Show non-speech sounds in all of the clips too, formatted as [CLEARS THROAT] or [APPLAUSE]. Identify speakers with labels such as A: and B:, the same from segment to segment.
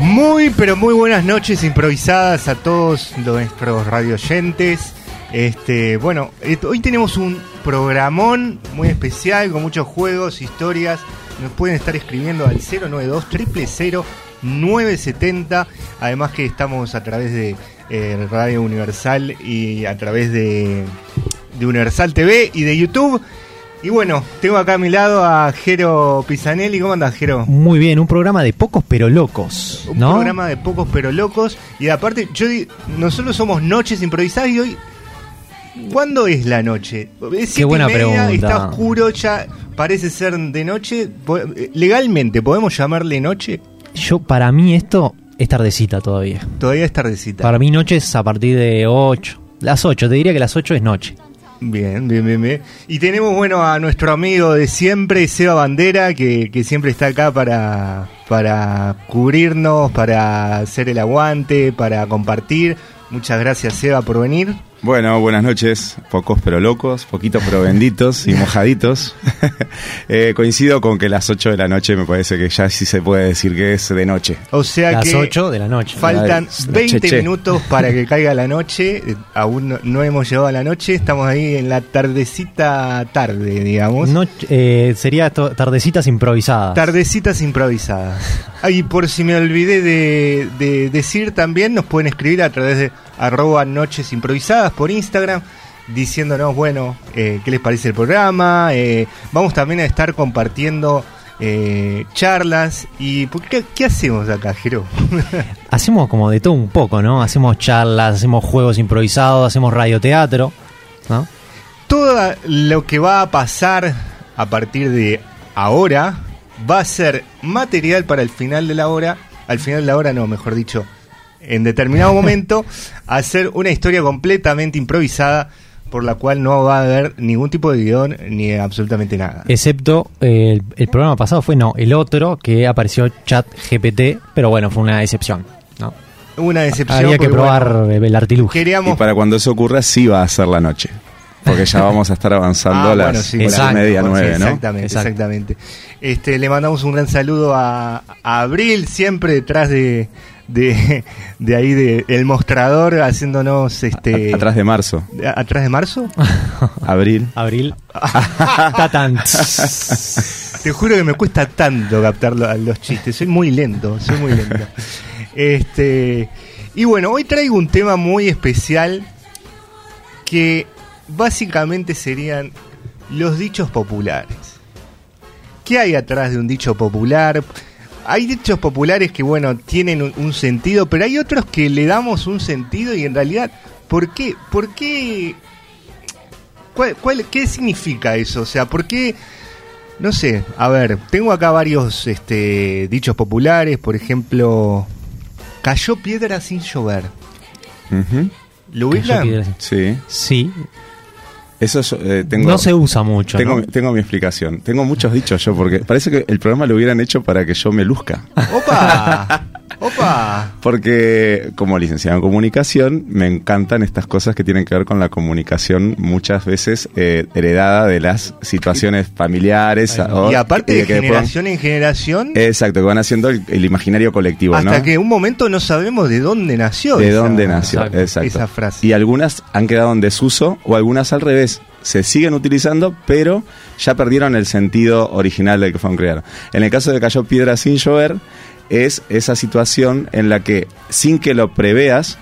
A: Muy, pero muy buenas noches improvisadas a todos nuestros radioyentes. Este, bueno, et- hoy tenemos un programón muy especial con muchos juegos, historias. Nos pueden estar escribiendo al 092 000 970. Además que estamos a través de eh, Radio Universal y a través de, de Universal TV y de YouTube. Y bueno, tengo acá a mi lado a Jero Pisanelli. ¿Cómo andas, Jero?
B: Muy bien, un programa de pocos pero locos,
A: Un
B: ¿no?
A: programa de pocos pero locos. Y aparte, yo di- nosotros somos noches improvisadas y hoy. ¿Cuándo es la noche? Es siete y
B: buena
A: media,
B: pregunta.
A: Está oscuro, ya parece ser de noche. Po- eh, Legalmente, ¿podemos llamarle noche?
B: Yo para mí esto es tardecita todavía.
A: Todavía es tardecita.
B: Para mí noche es a partir de 8, las 8, te diría que las 8 es noche.
A: Bien, bien, bien, bien. Y tenemos, bueno, a nuestro amigo de siempre, Seba Bandera, que, que siempre está acá para, para cubrirnos, para hacer el aguante, para compartir. Muchas gracias, Seba, por venir.
C: Bueno, buenas noches, pocos pero locos, poquitos pero benditos y mojaditos. [LAUGHS] Eh, coincido con que las 8 de la noche me parece que ya sí se puede decir que es de noche.
A: O sea
B: Las
A: que
B: 8 de la noche.
A: faltan
C: Ay, la
A: 20
C: cheche. [LAUGHS]
A: minutos para que caiga la noche. Eh, Aún no, no hemos llegado a la noche, estamos ahí en la tardecita tarde, digamos.
B: Noche- eh, sería to- tardecitas improvisadas.
A: Tardecitas improvisadas. Ah, y por si me olvidé de, de decir también, nos pueden escribir a través de arroba noches improvisadas por Instagram, diciéndonos, bueno, eh, qué les parece el programa. eh, vamos también a estar compartiendo eh, charlas. ¿Y ¿por qué, qué hacemos acá, Jero?
B: [LAUGHS]
A: [LAUGHS]
B: Hacemos como de todo un poco, ¿no? Hacemos charlas, hacemos juegos improvisados, hacemos radioteatro, ¿no?
A: Todo lo que va a pasar a partir de ahora va a ser material para el final de la hora. Al final de la hora, no, mejor dicho, en determinado momento, hacer una historia completamente improvisada por la cual no va a haber ningún tipo de guión ni absolutamente nada.
B: Excepto eh, el, el programa pasado fue no, el otro que apareció Chat GPT, pero bueno, fue una excepción, ¿no?
A: Una decepción.
B: Había que
A: porque,
B: probar
A: bueno,
B: eh, el artilugio.
C: Y
A: queríamos
C: para cuando eso ocurra sí va a ser la noche,
B: [LAUGHS]
C: porque ya vamos a estar avanzando
A: Ah,
C: a las
A: bueno, sí,
C: ocho y
B: exacto,
C: media
A: Sí,
C: nueve, ¿no?
A: Exactamente,
B: Exacto.
A: exactamente. Este, le mandamos un gran saludo a, a Abril, siempre detrás de, de, de ahí de el mostrador, haciéndonos este
C: A- Atrás de marzo,
A: a- atrás de marzo.
C: abril.
B: Abril.
A: [LAUGHS]
B: Tatán.
A: Te juro que me cuesta tanto captar lo- los chistes, soy muy lento, soy muy lento. Este, y bueno, hoy traigo un tema muy especial que básicamente serían los dichos populares. ¿Qué hay atrás de un dicho popular? Hay dichos populares que, bueno, tienen un, un sentido, pero hay otros que le damos un sentido y en realidad, ¿por qué? ¿Por qué? ¿Cuál, cuál- qué significa eso? O sea, ¿por qué? No sé, a ver, tengo acá varios este, dichos populares, por ejemplo, cayó piedra sin llover.
C: Ujú,
A: ¿Lo ubican?
C: Sí,
B: Sí,
C: eso es, eh, tengo...
B: no se usa mucho.
C: Tengo,
B: ¿no?
C: tengo mi explicación. Tengo muchos dichos yo, porque parece que el programa lo hubieran hecho para que yo
B: [LAUGHS]
C: me luzca.
A: ¡Opa! ¡Opa!
C: Porque como licenciado en comunicación me encantan estas cosas que tienen que ver con la comunicación muchas veces eh, heredada de las situaciones familiares. o-
A: Y aparte
C: y
A: de
C: que después-
A: generación en generación,
C: exacto, que van haciendo el, el imaginario colectivo,
A: hasta
C: ¿no?
A: que un momento no sabemos de dónde nació.
C: de
A: esa-
C: dónde nació,
B: exacto,
C: exacto,
A: esa frase.
C: Y algunas han quedado en desuso o algunas al revés. Se siguen utilizando, pero ya perdieron el sentido original del que fueron creados. En el caso de Cayó Piedra sin llover, es esa situación en la que, sin que lo preveas,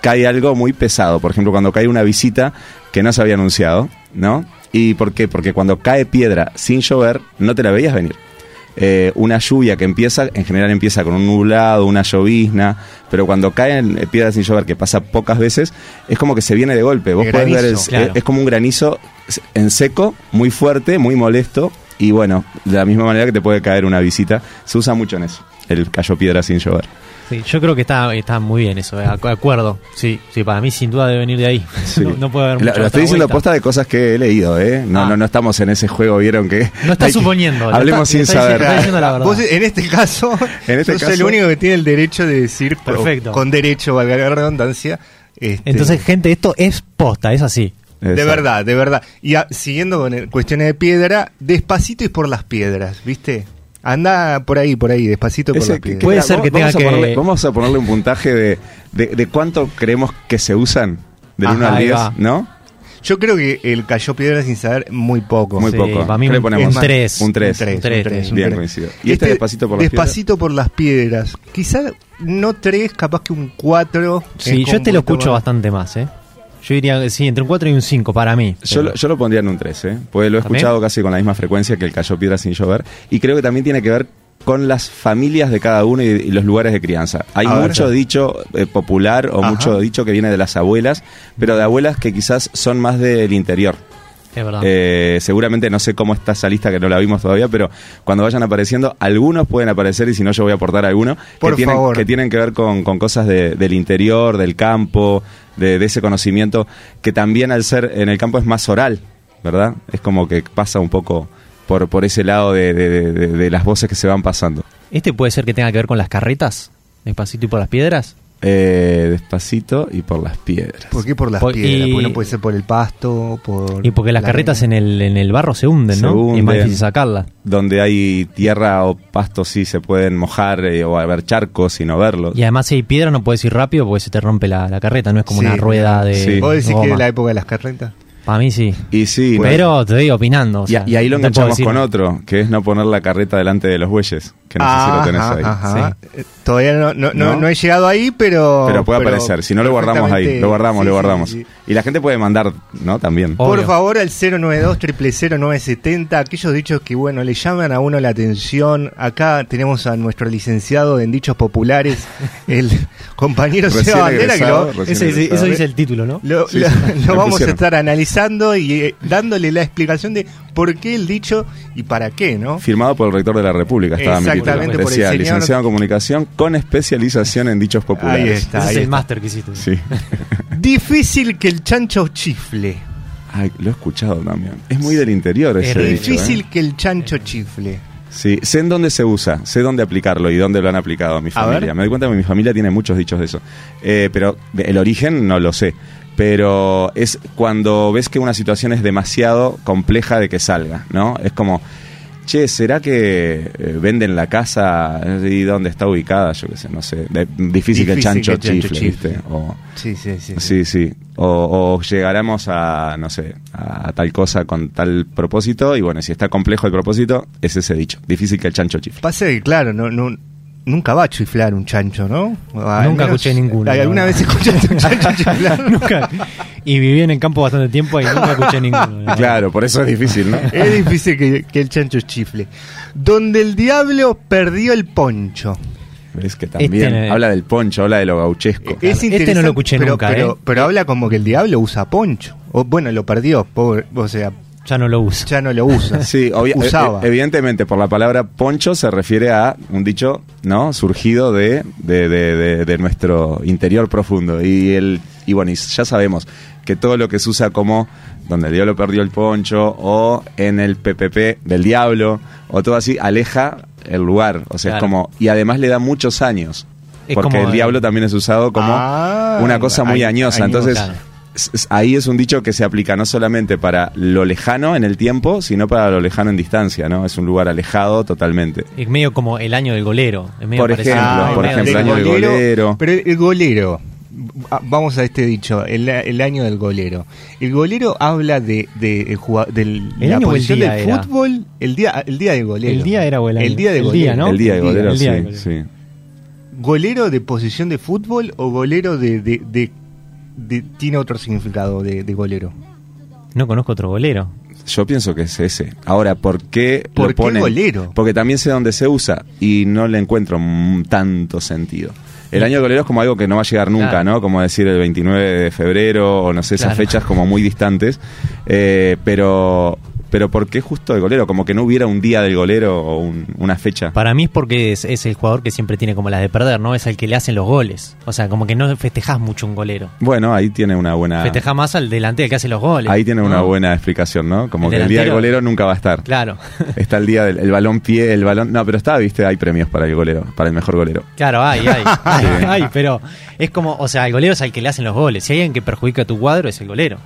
C: cae algo muy pesado. Por ejemplo, cuando cae una visita que no se había anunciado, ¿no? ¿Y por qué? Porque cuando cae piedra sin llover, no te la veías venir. eh, una lluvia que empieza, en general empieza con un nublado, una llovizna, pero cuando caen eh, piedras sin llover, que pasa pocas veces, es como que se viene de golpe. Vos
A: El
C: podés ver,
A: granizo,
C: el-
B: claro.
C: es, es como un granizo en seco, muy fuerte, muy molesto, y bueno, de la misma manera que te puede caer una visita, se usa mucho en eso, el cayó piedra sin llover.
B: Sí, yo creo que está, está muy bien eso, de acu- acuerdo. Sí, sí, para mí sin duda debe venir de ahí. [LAUGHS]
C: Sí.
B: No, no puede haber
C: Lo-
B: mucha
C: Lo
B: otra
C: estoy diciendo
B: vuelta.
C: posta de cosas que he leído, ¿eh? No,
B: Ah.
C: no, no estamos en ese juego, vieron que.
B: No está
C: hay que-
B: suponiendo. lo
C: Hablemos
B: está-
C: sin
B: está
C: saber.
B: diciendo- está diciendo la verdad.
A: Vos, en este caso,
C: [LAUGHS] En este
A: sos el
C: caso-
A: único que tiene el derecho de decir, pero
B: Perfecto.
A: con derecho, valga la redundancia. este,
B: Entonces, gente, esto es posta, es así.
A: de
C: Exacto.
A: verdad, de verdad. Y ah, siguiendo con el- cuestiones de piedra, despacito y por las piedras, ¿viste? Anda por ahí, por ahí, despacito y por
C: Ese
A: las
C: que-
A: piedras.
B: Puede
C: Mira,
B: ser que
C: vamos
B: tenga
C: a
B: que-
C: ponerle- vamos a ponerle un puntaje de, de, de cuánto creemos que se usan del
B: Ajá,
C: 1 al
B: ahí
C: 10,
B: va.
C: ¿no?
A: Yo creo que el cayó piedra sin saber muy poco.
C: Muy
B: Sí,
C: poco.
B: para mí
C: ¿Qué le
B: un-
C: ponemos?
B: un tres.
C: Un 3.
A: Un tres, un
B: tres,
A: tres, un
C: Bien,
A: tres.
C: coincido. ¿Y este Despacito por las
A: Despacito por las piedras. Quizá no tres, capaz que un cuatro. Es
B: Sí,
A: como
B: yo este lo
A: un poquito
B: escucho
A: más-
B: bastante más, ¿eh? Yo diría que sí, entre un 4 y un 5 para mí.
C: Yo,
B: Pero-
C: lo- yo lo pondría en un 3, ¿eh? Porque lo he
B: ¿También?
C: escuchado casi con la misma frecuencia que el Cayó Piedra sin llover. Y creo que también tiene que ver con las familias de cada uno y, y los lugares de crianza. Hay
A: A ver.
C: mucho dicho eh, popular o
A: Ajá.
C: mucho dicho que viene de las abuelas, pero de abuelas que quizás son más del interior.
B: es verdad.
C: Eh, seguramente no sé cómo está esa lista que no la vimos todavía, pero cuando vayan apareciendo, algunos pueden aparecer y si no yo voy a aportar alguno
A: Por
C: que, tienen,
A: favor.
C: que tienen que ver con, con cosas de- del interior, del campo, de, de ese conocimiento que también al ser en el campo es más oral, ¿verdad? Es como que pasa un poco por, por ese lado de, de- de- de- de las voces que se van pasando.
B: ¿Este puede ser que tenga que ver con las carretas? Despacito y por las piedras.
C: Eh, despacito y por las piedras.
A: ¿Por qué por las
B: Por-
A: piedras?
B: y-
A: Porque no puede ser por el pasto, por...
B: Y porque las
A: la
B: carretas
A: arena.
B: en el, en el barro se hunden,
C: Se
B: ¿no? Y es más
C: hunden.
B: difícil sacarlas.
C: Donde hay tierra o pasto sí se pueden mojar eh, o haber charcos y no verlos.
B: Y además si hay piedra no puedes ir rápido porque se te rompe la, la carreta, no es como
A: Sí,
B: una rueda de...
C: sí.
A: ¿Vos decís que
B: goma.
A: de la época de las carretas?
B: Para mí sí.
C: Y sí, no-
B: Pero te digo opinando. o
C: Y,
B: sea,
C: y ahí lo
B: no te puedo
C: enganchamos
B: decir.
C: con otro, que es no poner la carreta delante de los bueyes, que no sé si lo tenés
A: Ajá,
C: ahí.
A: ajá. Eh, Todavía no, no, no-
C: ¿No?
A: no he llegado ahí, Oh, pero...
C: Pero puede aparecer, si no lo guardamos ahí, lo guardamos,
A: perfectamente-
C: lo guardamos.
A: sí, sí, sí, sí.
C: Y la gente puede mandar, ¿no? También.
B: O-
A: Por
B: Obvio.
A: favor, al 092 0970 aquellos dichos que, bueno, le llaman a uno la atención. Acá tenemos a nuestro licenciado en dichos
B: [LAUGHS]
A: populares, el compañero
C: Recién
A: Seba Bandera, que
C: egresado,
A: lo,
C: recién
B: Ese- ese- eso dice el título, ¿no?
A: Lo,
C: Sí,
A: lo-
C: sí,
A: lo
C: me
A: vamos a
C: pusieron.
A: estar analizando y eh, dándole la explicación de por qué el dicho y para qué, ¿no?
C: Firmado por el rector de la República, estaba mi título.
A: Exactamente, por el
C: Decía,
A: señor-
C: licenciado en comunicación con especialización en dichos populares.
A: Ahí está,
B: Ese
A: ahí
B: es el
A: está.
B: máster que hiciste.
C: Sí.
A: [LAUGHS] Difícil que el chancho chifle.
C: Ay, lo he escuchado también. Es muy del interior
B: Es
C: ese
B: re
C: dicho, ¿eh?
A: Difícil que el chancho chifle.
C: Sí, sé en dónde se usa, sé dónde aplicarlo y dónde lo han aplicado a mi familia.
A: ver.
C: Me doy cuenta que mi familia tiene muchos dichos de eso. Eh, pero el origen no lo sé. Pero es cuando ves que una situación es demasiado compleja de que salga, ¿no? Es como, che, ¿será que eh, venden la casa y dónde está ubicada? Yo qué sé, no sé. De- difícil, que el
A: Difícil
C: chancho,
A: que el chancho
C: chifle,
A: chifle.
C: ¿viste? O,
A: Sí, sí, sí.
C: Sí, sí. O, o llegaremos a, no sé, a tal cosa con tal propósito. Y bueno, si está complejo el propósito, es ese dicho. Difícil que el chancho chifle.
A: Pasa que, claro, no, no- nunca va a chiflar un chancho, ¿no? O al
B: Nunca escuché ninguno,
A: ¿Alguna
B: la
A: vez
B: verdad.
A: escuchaste un
B: [LAUGHS]
A: chancho chiflar?
B: Nunca. Y viví en el campo bastante tiempo y nunca escuché ninguno.
C: Claro, por eso es difícil, ¿no?
A: Es difícil que, que el chancho chifle. Donde el diablo perdió el poncho.
C: Es que también
B: Este-
C: habla del poncho, habla de lo gauchesco.
A: Es
B: Este no lo
A: interesante,
B: escuché
A: pero,
B: nunca,
A: Pero,
B: ¿eh?
A: pero habla como que el diablo usa poncho. O, bueno, lo perdió, pobre, o sea,
B: Ya no lo uso.
A: ya no lo
C: [LAUGHS]
A: usa.
C: Sí, obvia-
A: Usaba.
C: e- e- evidentemente, por la palabra poncho se refiere a un dicho, ¿no? Surgido de, de, de- de- de nuestro interior profundo. Y, el, y bueno, y ya sabemos que todo lo que se usa como donde el diablo perdió el poncho o en el PPP del diablo o todo así, aleja el lugar. O sea, es
B: Claro.
C: como. Y además le da muchos años.
B: Es
C: porque
B: como
C: el
B: el-
C: diablo también es usado como
A: Ah,
C: una cosa muy
A: a-
C: añosa.
A: añosa.
C: Entonces,
B: Claro.
C: S- s- Ahí es un dicho que se aplica no solamente para lo lejano en el tiempo, sino para lo lejano en distancia, ¿no? Es un lugar alejado totalmente.
B: Es medio como el año del golero. Es medio
C: Por
B: parecido.
C: ejemplo,
B: Es
C: por
B: medio
C: ejemplo,
B: así.
C: el año del golero.
A: Pero el golero, ah, vamos a este dicho, el, el año del golero. El golero habla de, de, el jugado- del
B: ¿El
A: la
B: año o el
A: posición
B: día
A: del
B: era?
A: fútbol, el día, el día del golero.
B: El día era o el año.
A: El día del
B: El
A: golero.
B: día, ¿no?
C: El día de golero,
B: el día de golero.
C: sí, sí.
A: ¿Golero de posición de fútbol o golero de... de- de- de- tiene otro significado de, de golero.
B: No conozco otro golero.
C: Yo pienso que es ese. Ahora, ¿por qué
A: ¿Por
C: lo
A: qué
C: ponen?
A: golero?
C: Porque también sé dónde se usa y no le encuentro mm, tanto sentido. El año del golero es como algo que no va a llegar nunca,
B: Claro.
C: ¿no? Como decir el 29 de febrero o no sé, esas
B: Claro.
C: fechas como muy distantes. Eh, pero, pero ¿por qué justo el golero? Como que no hubiera un día del golero o un- una fecha.
B: Para mí es porque es, es el jugador que siempre tiene como las de perder, ¿no? Es el que le hacen los goles. O sea, como que no festejás mucho un golero.
C: Bueno, ahí tiene una buena...
B: Festejás más al delante del que hace los goles.
C: Ah. Ahí tiene una
B: ¿no?
C: buena explicación, ¿no? Como
B: El
C: que el día del
B: delantero-
C: golero nunca va a estar.
B: Claro.
C: Está el día del el balón pie, el balón. No, pero está, viste, hay premios para el golero, para el mejor golero.
B: Claro, hay, hay, hay,
C: [LAUGHS] Sí.
B: hay, pero es como, o sea, el golero es al que le hacen los goles. Si hay alguien que perjudica a tu cuadro, es el golero.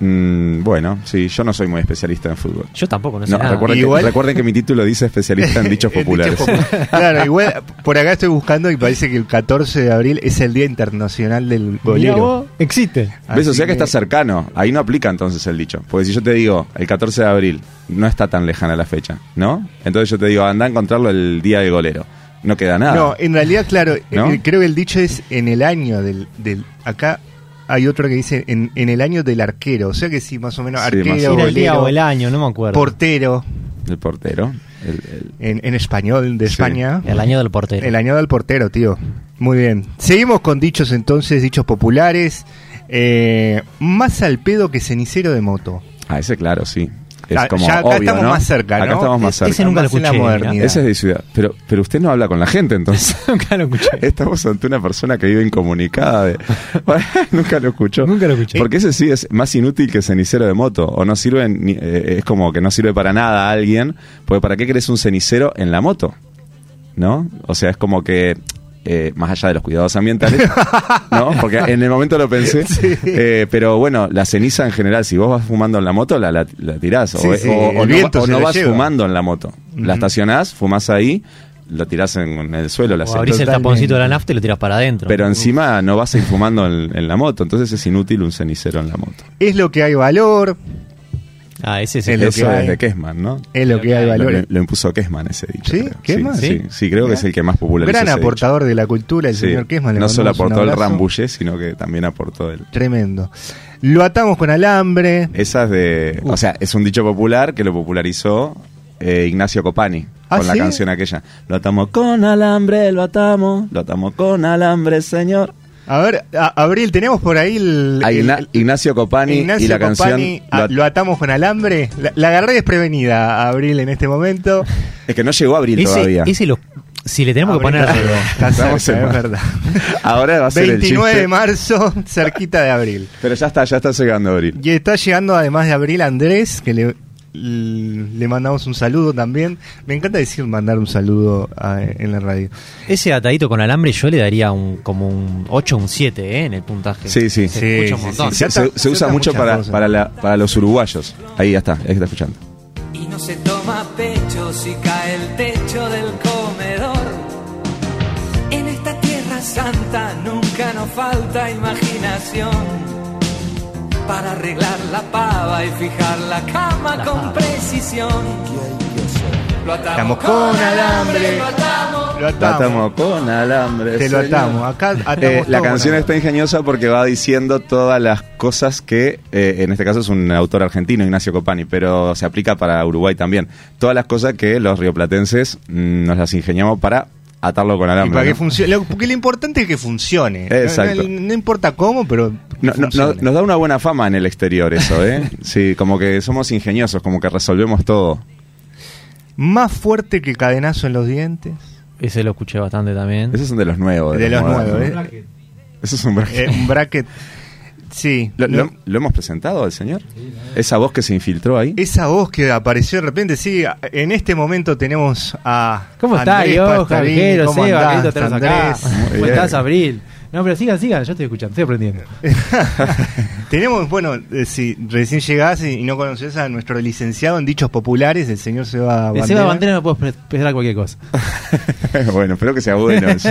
C: Mm, bueno, sí, yo no soy muy especialista en fútbol.
B: Yo tampoco, no sé
C: No,
B: nada.
C: recuerden,
A: Igual-
C: que, recuerden que mi título dice especialista
A: [LAUGHS]
C: en dichos
A: En
C: populares.
A: dicho
C: [LAUGHS]
A: popular. claro, igual por acá estoy buscando y parece que el 14 de abril es el Día Internacional del
B: Mirá
A: Golero.
B: vos, Existe.
C: ¿Ves? O
A: Así
C: sea que está cercano. Ahí no aplica entonces el dicho. Porque si yo te digo, el 14 de abril, no está tan lejana la fecha, ¿no? Entonces yo te digo, anda a encontrarlo el día del golero. No queda nada.
A: No, en realidad, claro,
C: ¿No?
A: eh, creo que el dicho es en el año del... del acá hay otro que dice en, en el año del arquero. O sea que sí, más o menos
C: Sí,
A: arquero,
C: más o
B: Era
C: menos.
B: el día
A: golero,
B: o el año, no me acuerdo.
A: portero,
C: El portero. el- el-
A: en, en español de
C: Sí.
A: España.
B: El año del portero.
A: El año del portero, tío. Muy bien. Seguimos con dichos entonces, dichos populares. Eh, más al pedo que cenicero de moto.
C: Ah, ese claro, sí. Es
A: Ah,
C: como
A: ya acá
C: obvio,
A: estamos
C: ¿no?
A: más cerca,
C: Acá
A: ¿no?
C: estamos más
A: Es-
C: cerca.
B: E-, ese nunca lo
A: Más en la
B: escuché, mirá.
A: modernidad.
C: Ese es de ciudad. Pero, pero usted no habla con la gente, entonces.
B: [LAUGHS] Nunca lo escuché.
C: Estamos ante una persona que vive
B: [LAUGHS]
C: incomunicada. de- [LAUGHS] Nunca lo escuchó.
B: Nunca lo escuché.
C: Porque ese sí es más inútil que cenicero de moto. O no sirve, ni- eh, es como que no sirve para nada a alguien. Porque ¿para qué querés un cenicero en la moto? ¿No? O sea, es como que. eh, más allá de los cuidados
A: [LAUGHS]
C: ambientales, ¿no? Porque en el momento lo pensé. Eh, pero bueno, la ceniza en general, si vos vas fumando en la moto, la, la, la tirás. O,
A: Sí, sí,
C: o- o
A: el
C: no,
A: viento
C: o
A: se
C: no
A: la
C: vas
A: lleva.
C: fumando en la moto. La
A: Ujú.
C: estacionás, fumás ahí, la tirás en, en el suelo. La
B: O
C: ceniza.
B: abrís el
A: Totalmente.
B: taponcito de la nafta y lo tirás para adentro.
C: Pero encima no vas a ir fumando en, en la moto, entonces es inútil un cenicero en la moto.
A: Es lo que hay valor.
B: Ah, ese es
A: el-
B: el.
A: lo
C: Eso
A: que hay.
C: es de Kesman, ¿no?
A: Es lo que hay
C: Lo,
A: valor.
C: lo impuso Kesman ese dicho.
A: ¿Sí?
C: creo.
A: ¿Kesman?
C: Sí,
B: ¿Sí?
C: sí, sí, creo que es el que más popularizó
A: Gran
C: ese dicho.
A: aportador de la cultura, el
C: Sí.
A: señor Kesman. le
C: No solo
A: mandamos un
C: aportó el
A: abrazo.
C: rambullé, sino que también aportó el...
A: Tremendo. Lo atamos con alambre.
C: Esas de... O sea, es un dicho popular que lo popularizó eh, Ignacio Copani.
A: ¿Ah,
C: con la
A: sí?
C: canción aquella. Lo atamos con alambre, lo atamos, lo atamos con alambre, señor.
A: A ver, a- Abril, tenemos por ahí el,
C: A
A: el-
C: Igna- Ignacio Copani
A: Ignacio
C: y la
A: Copani,
C: canción...
A: a-
C: lo
A: lo,
C: at-
A: atamos con alambre. La, la agarré desprevenida, a Abril, en este momento.
C: Es que no llegó a abril
B: Ese,
C: todavía.
B: ese lo. Si le tenemos que
A: Abril,
B: poner [LAUGHS]
A: [LAUGHS]
B: alrededor.
A: está
C: Estamos
A: cerca,
C: en
A: es
C: mar-
A: verdad.
C: Ahora va a ser el
A: 29
C: chiste.
A: de marzo, [LAUGHS] cerquita de abril.
C: Pero ya está, ya está llegando abril.
A: Y está llegando además de abril Andrés, que le, le mandamos un saludo también. Me encanta decir mandar un saludo a- en la radio.
B: Ese atadito con alambre yo le daría un como un 8 o un 7 ¿eh? en el puntaje.
C: Sí, sí.
B: Se
A: Sí,
B: escucha
A: sí,
B: un montón.
A: sí,
C: Se, se- se usa
A: Ciertas
C: mucho
A: muchas
C: para,
A: cosas.
C: para, la- para los uruguayos. Ahí ya está, ahí está escuchando.
D: Y no se toma pecho si cae el techo del comedor. En esta tierra santa nunca nos falta imaginación. Para arreglar la pava y fijar la cama con precisión. Lo atamos
A: Estamos con alambre.
D: lo atamos.
A: Lo
C: Lo
A: atamos.
C: atamos con alambre.
A: Te lo
C: señor.
A: atamos. Acá atamos
C: Eh, la
A: todo
C: canción
A: con
C: está ingeniosa porque va diciendo todas las cosas que, eh, en este caso es un autor argentino, Ignacio Copani, pero se aplica para Uruguay también. Todas las cosas que los rioplatenses mm, nos las ingeniamos para atarlo con
A: alambre.
C: alambre.
A: Y para que
C: ¿no?
A: funcione. lo- Porque lo importante es que funcione. No-
C: Exacto.
A: No, no importa cómo, pero.
C: No- no- no-
A: funcione.
C: nos da una buena fama en el exterior eso,
A: [LAUGHS]
C: ¿eh? Sí, como que somos ingeniosos, como que resolvemos todo.
A: Más fuerte que cadenazo en los dientes.
B: Ese lo escuché bastante también.
C: Esos son de los nuevos.
A: De los
C: modernos.
A: nuevos, ¿eh?
C: Eso es un bracket.
A: Eh, un bracket. Sí.
C: ¿Lo,
A: no-
C: lo- lo hemos presentado al Oh, señor? ¿Esa voz que se infiltró ahí?
A: Esa voz que apareció de repente, sí, en este momento tenemos a.
E: ¿Cómo está,
A: Andrés
E: Yo,
A: Pastalini.
E: Javierero,
A: ¿Cómo
E: Seba?
A: andás,
E: Querido tenerlos acá.
A: Andrés?
E: ¿Cómo
C: bien.
E: estás, Abril? No, pero sigan, sigan, yo estoy escuchando, estoy aprendiendo.
A: [LAUGHS] Tenemos, bueno, eh, si recién llegás y, y no conoces a nuestro licenciado en dichos populares, el señor Seba
E: De
A: Bandera.
E: Seba Bandera no puedo pre- esperar cualquier cosa.
C: [LAUGHS] bueno, espero que sea bueno. eso.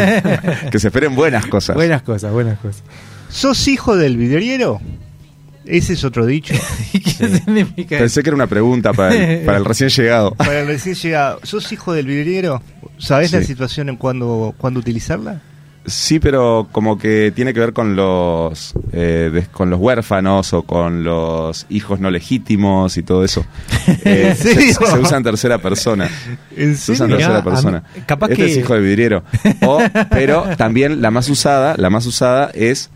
C: que se esperen buenas cosas.
E: Buenas cosas, buenas cosas.
A: ¿Sos hijo del vidriero? Ese es
C: [LAUGHS]
A: otro dicho.
E: ¿Y qué significa eso?
C: Pensé que era una pregunta para el, para el recién llegado.
A: Para el recién llegado, ¿sos hijo del vidriero? ¿Sabés la
C: Sí.
A: situación en cuándo cuándo utilizarla?
C: Sí, pero como que tiene que ver con los eh, des- con los huérfanos o con los hijos no legítimos y todo
A: [LAUGHS]
C: eso. Eh,
A: ¿En
C: se,
A: serio?
C: se usa en tercera persona.
A: ¿En
C: Se usa en
B: Mirá,
A: serio?
C: tercera
B: a mí-
C: persona.
B: capaz
C: este
B: que-
C: es hijo de vidriero. O, pero también la más usada, la más usada es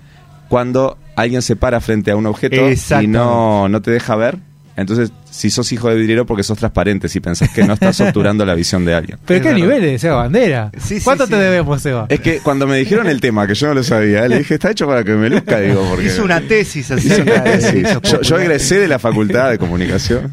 C: cuando alguien se para frente a un objeto y
A: Exactamente.
C: no, no te deja ver. Entonces, si sos hijo de vidriero porque sos transparente, si pensás que no estás obturando la visión de alguien.
E: Pero
A: Es
E: qué
A: verdad.
E: niveles, Seba Bandera.
A: Sí, sí,
E: ¿Cuánto
A: sí.
E: te debemos, Seba?
C: Es que cuando me dijeron el tema, que yo no lo sabía, le dije, está hecho para que me luzca, digo, porque... [LAUGHS]
A: Hizo una tesis
C: Hizo
A: acerca
C: una
A: de
C: tesis.
A: derechos
C: Yo, yo
A: populares.
C: egresé de la Facultad de Comunicación.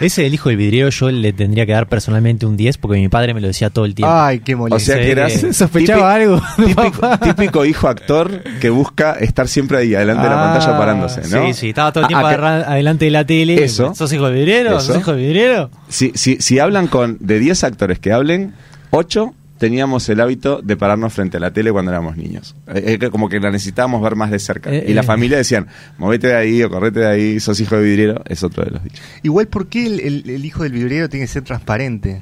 B: Ese del hijo del vidriero yo le tendría que dar personalmente un 10 porque mi padre me lo decía todo el tiempo.
A: Ay, qué molesto.
C: O sea que eras...
B: Sí.
E: Sospechaba
A: [LAUGHS]
E: algo [LAUGHS] de
C: [LAUGHS] Típico, [LAUGHS]
E: papá.
C: típico hijo actor que busca estar siempre ahí, adelante de la
E: Ah,
C: pantalla parándose, ¿no?
B: Sí, sí, estaba todo el
C: Ah,
B: tiempo
C: ah, que-
B: agarra- adelante de la tele.
C: Eso.
B: ¿Sos hijo de vidriero?
C: Eso.
B: ¿Sos hijo de vidriero?
C: Si, si, si hablan con de 10 actores que hablen, 8 teníamos el hábito de pararnos frente a la tele cuando éramos niños. Eh, eh, que como que la necesitábamos ver más de cerca.
B: Eh,
C: y la
B: eh.
C: familia decían, movete de ahí o correte de ahí, sos hijo de vidriero, es otro de los dichos.
A: Igual, ¿por qué el, el- el hijo del vidriero tiene que ser transparente?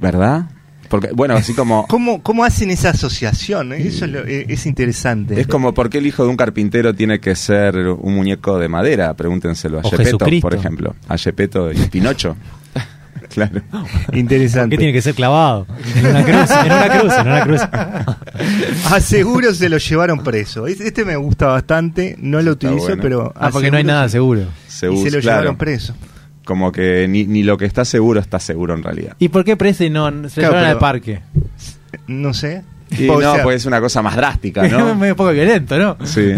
C: ¿Verdad? Porque, bueno, así como...
A: ¿Cómo, cómo hacen esa asociación? eh? Eso es, lo- eh, es interesante.
C: Es como, ¿por qué el hijo de un carpintero tiene que ser un muñeco de madera? Pregúntenselo a
B: O
C: Gepetto,
B: Jesucristo.
C: por ejemplo. A Gepetto y
E: [LAUGHS]
C: Pinocho. claro.
A: interesante.
B: ¿Qué tiene que ser clavado? En una cruz, en una cruz, en una
A: [LAUGHS]
B: cruz.
A: A Ah, seguro se lo llevaron preso. Es- Este me gusta bastante, no lo
C: Está
A: utilizo,
C: bueno.
A: pero.
E: Ah,
A: a
E: porque no hay
A: seguro
E: nada
A: se-
E: seguro.
C: Se
A: y
C: usa-
A: se lo
C: claro.
A: llevaron preso.
C: Como que ni, ni lo que está seguro está seguro en realidad.
E: ¿Y por qué Prezi no se
A: Claro,
E: lo llevaron
A: pero-
E: al parque?
A: No sé.
C: Y
A: O
C: no,
A: sea,
C: pues es una cosa más drástica, ¿no?
A: [LAUGHS]
E: es medio poco violento, ¿no?
C: Sí.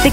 F: ¿Te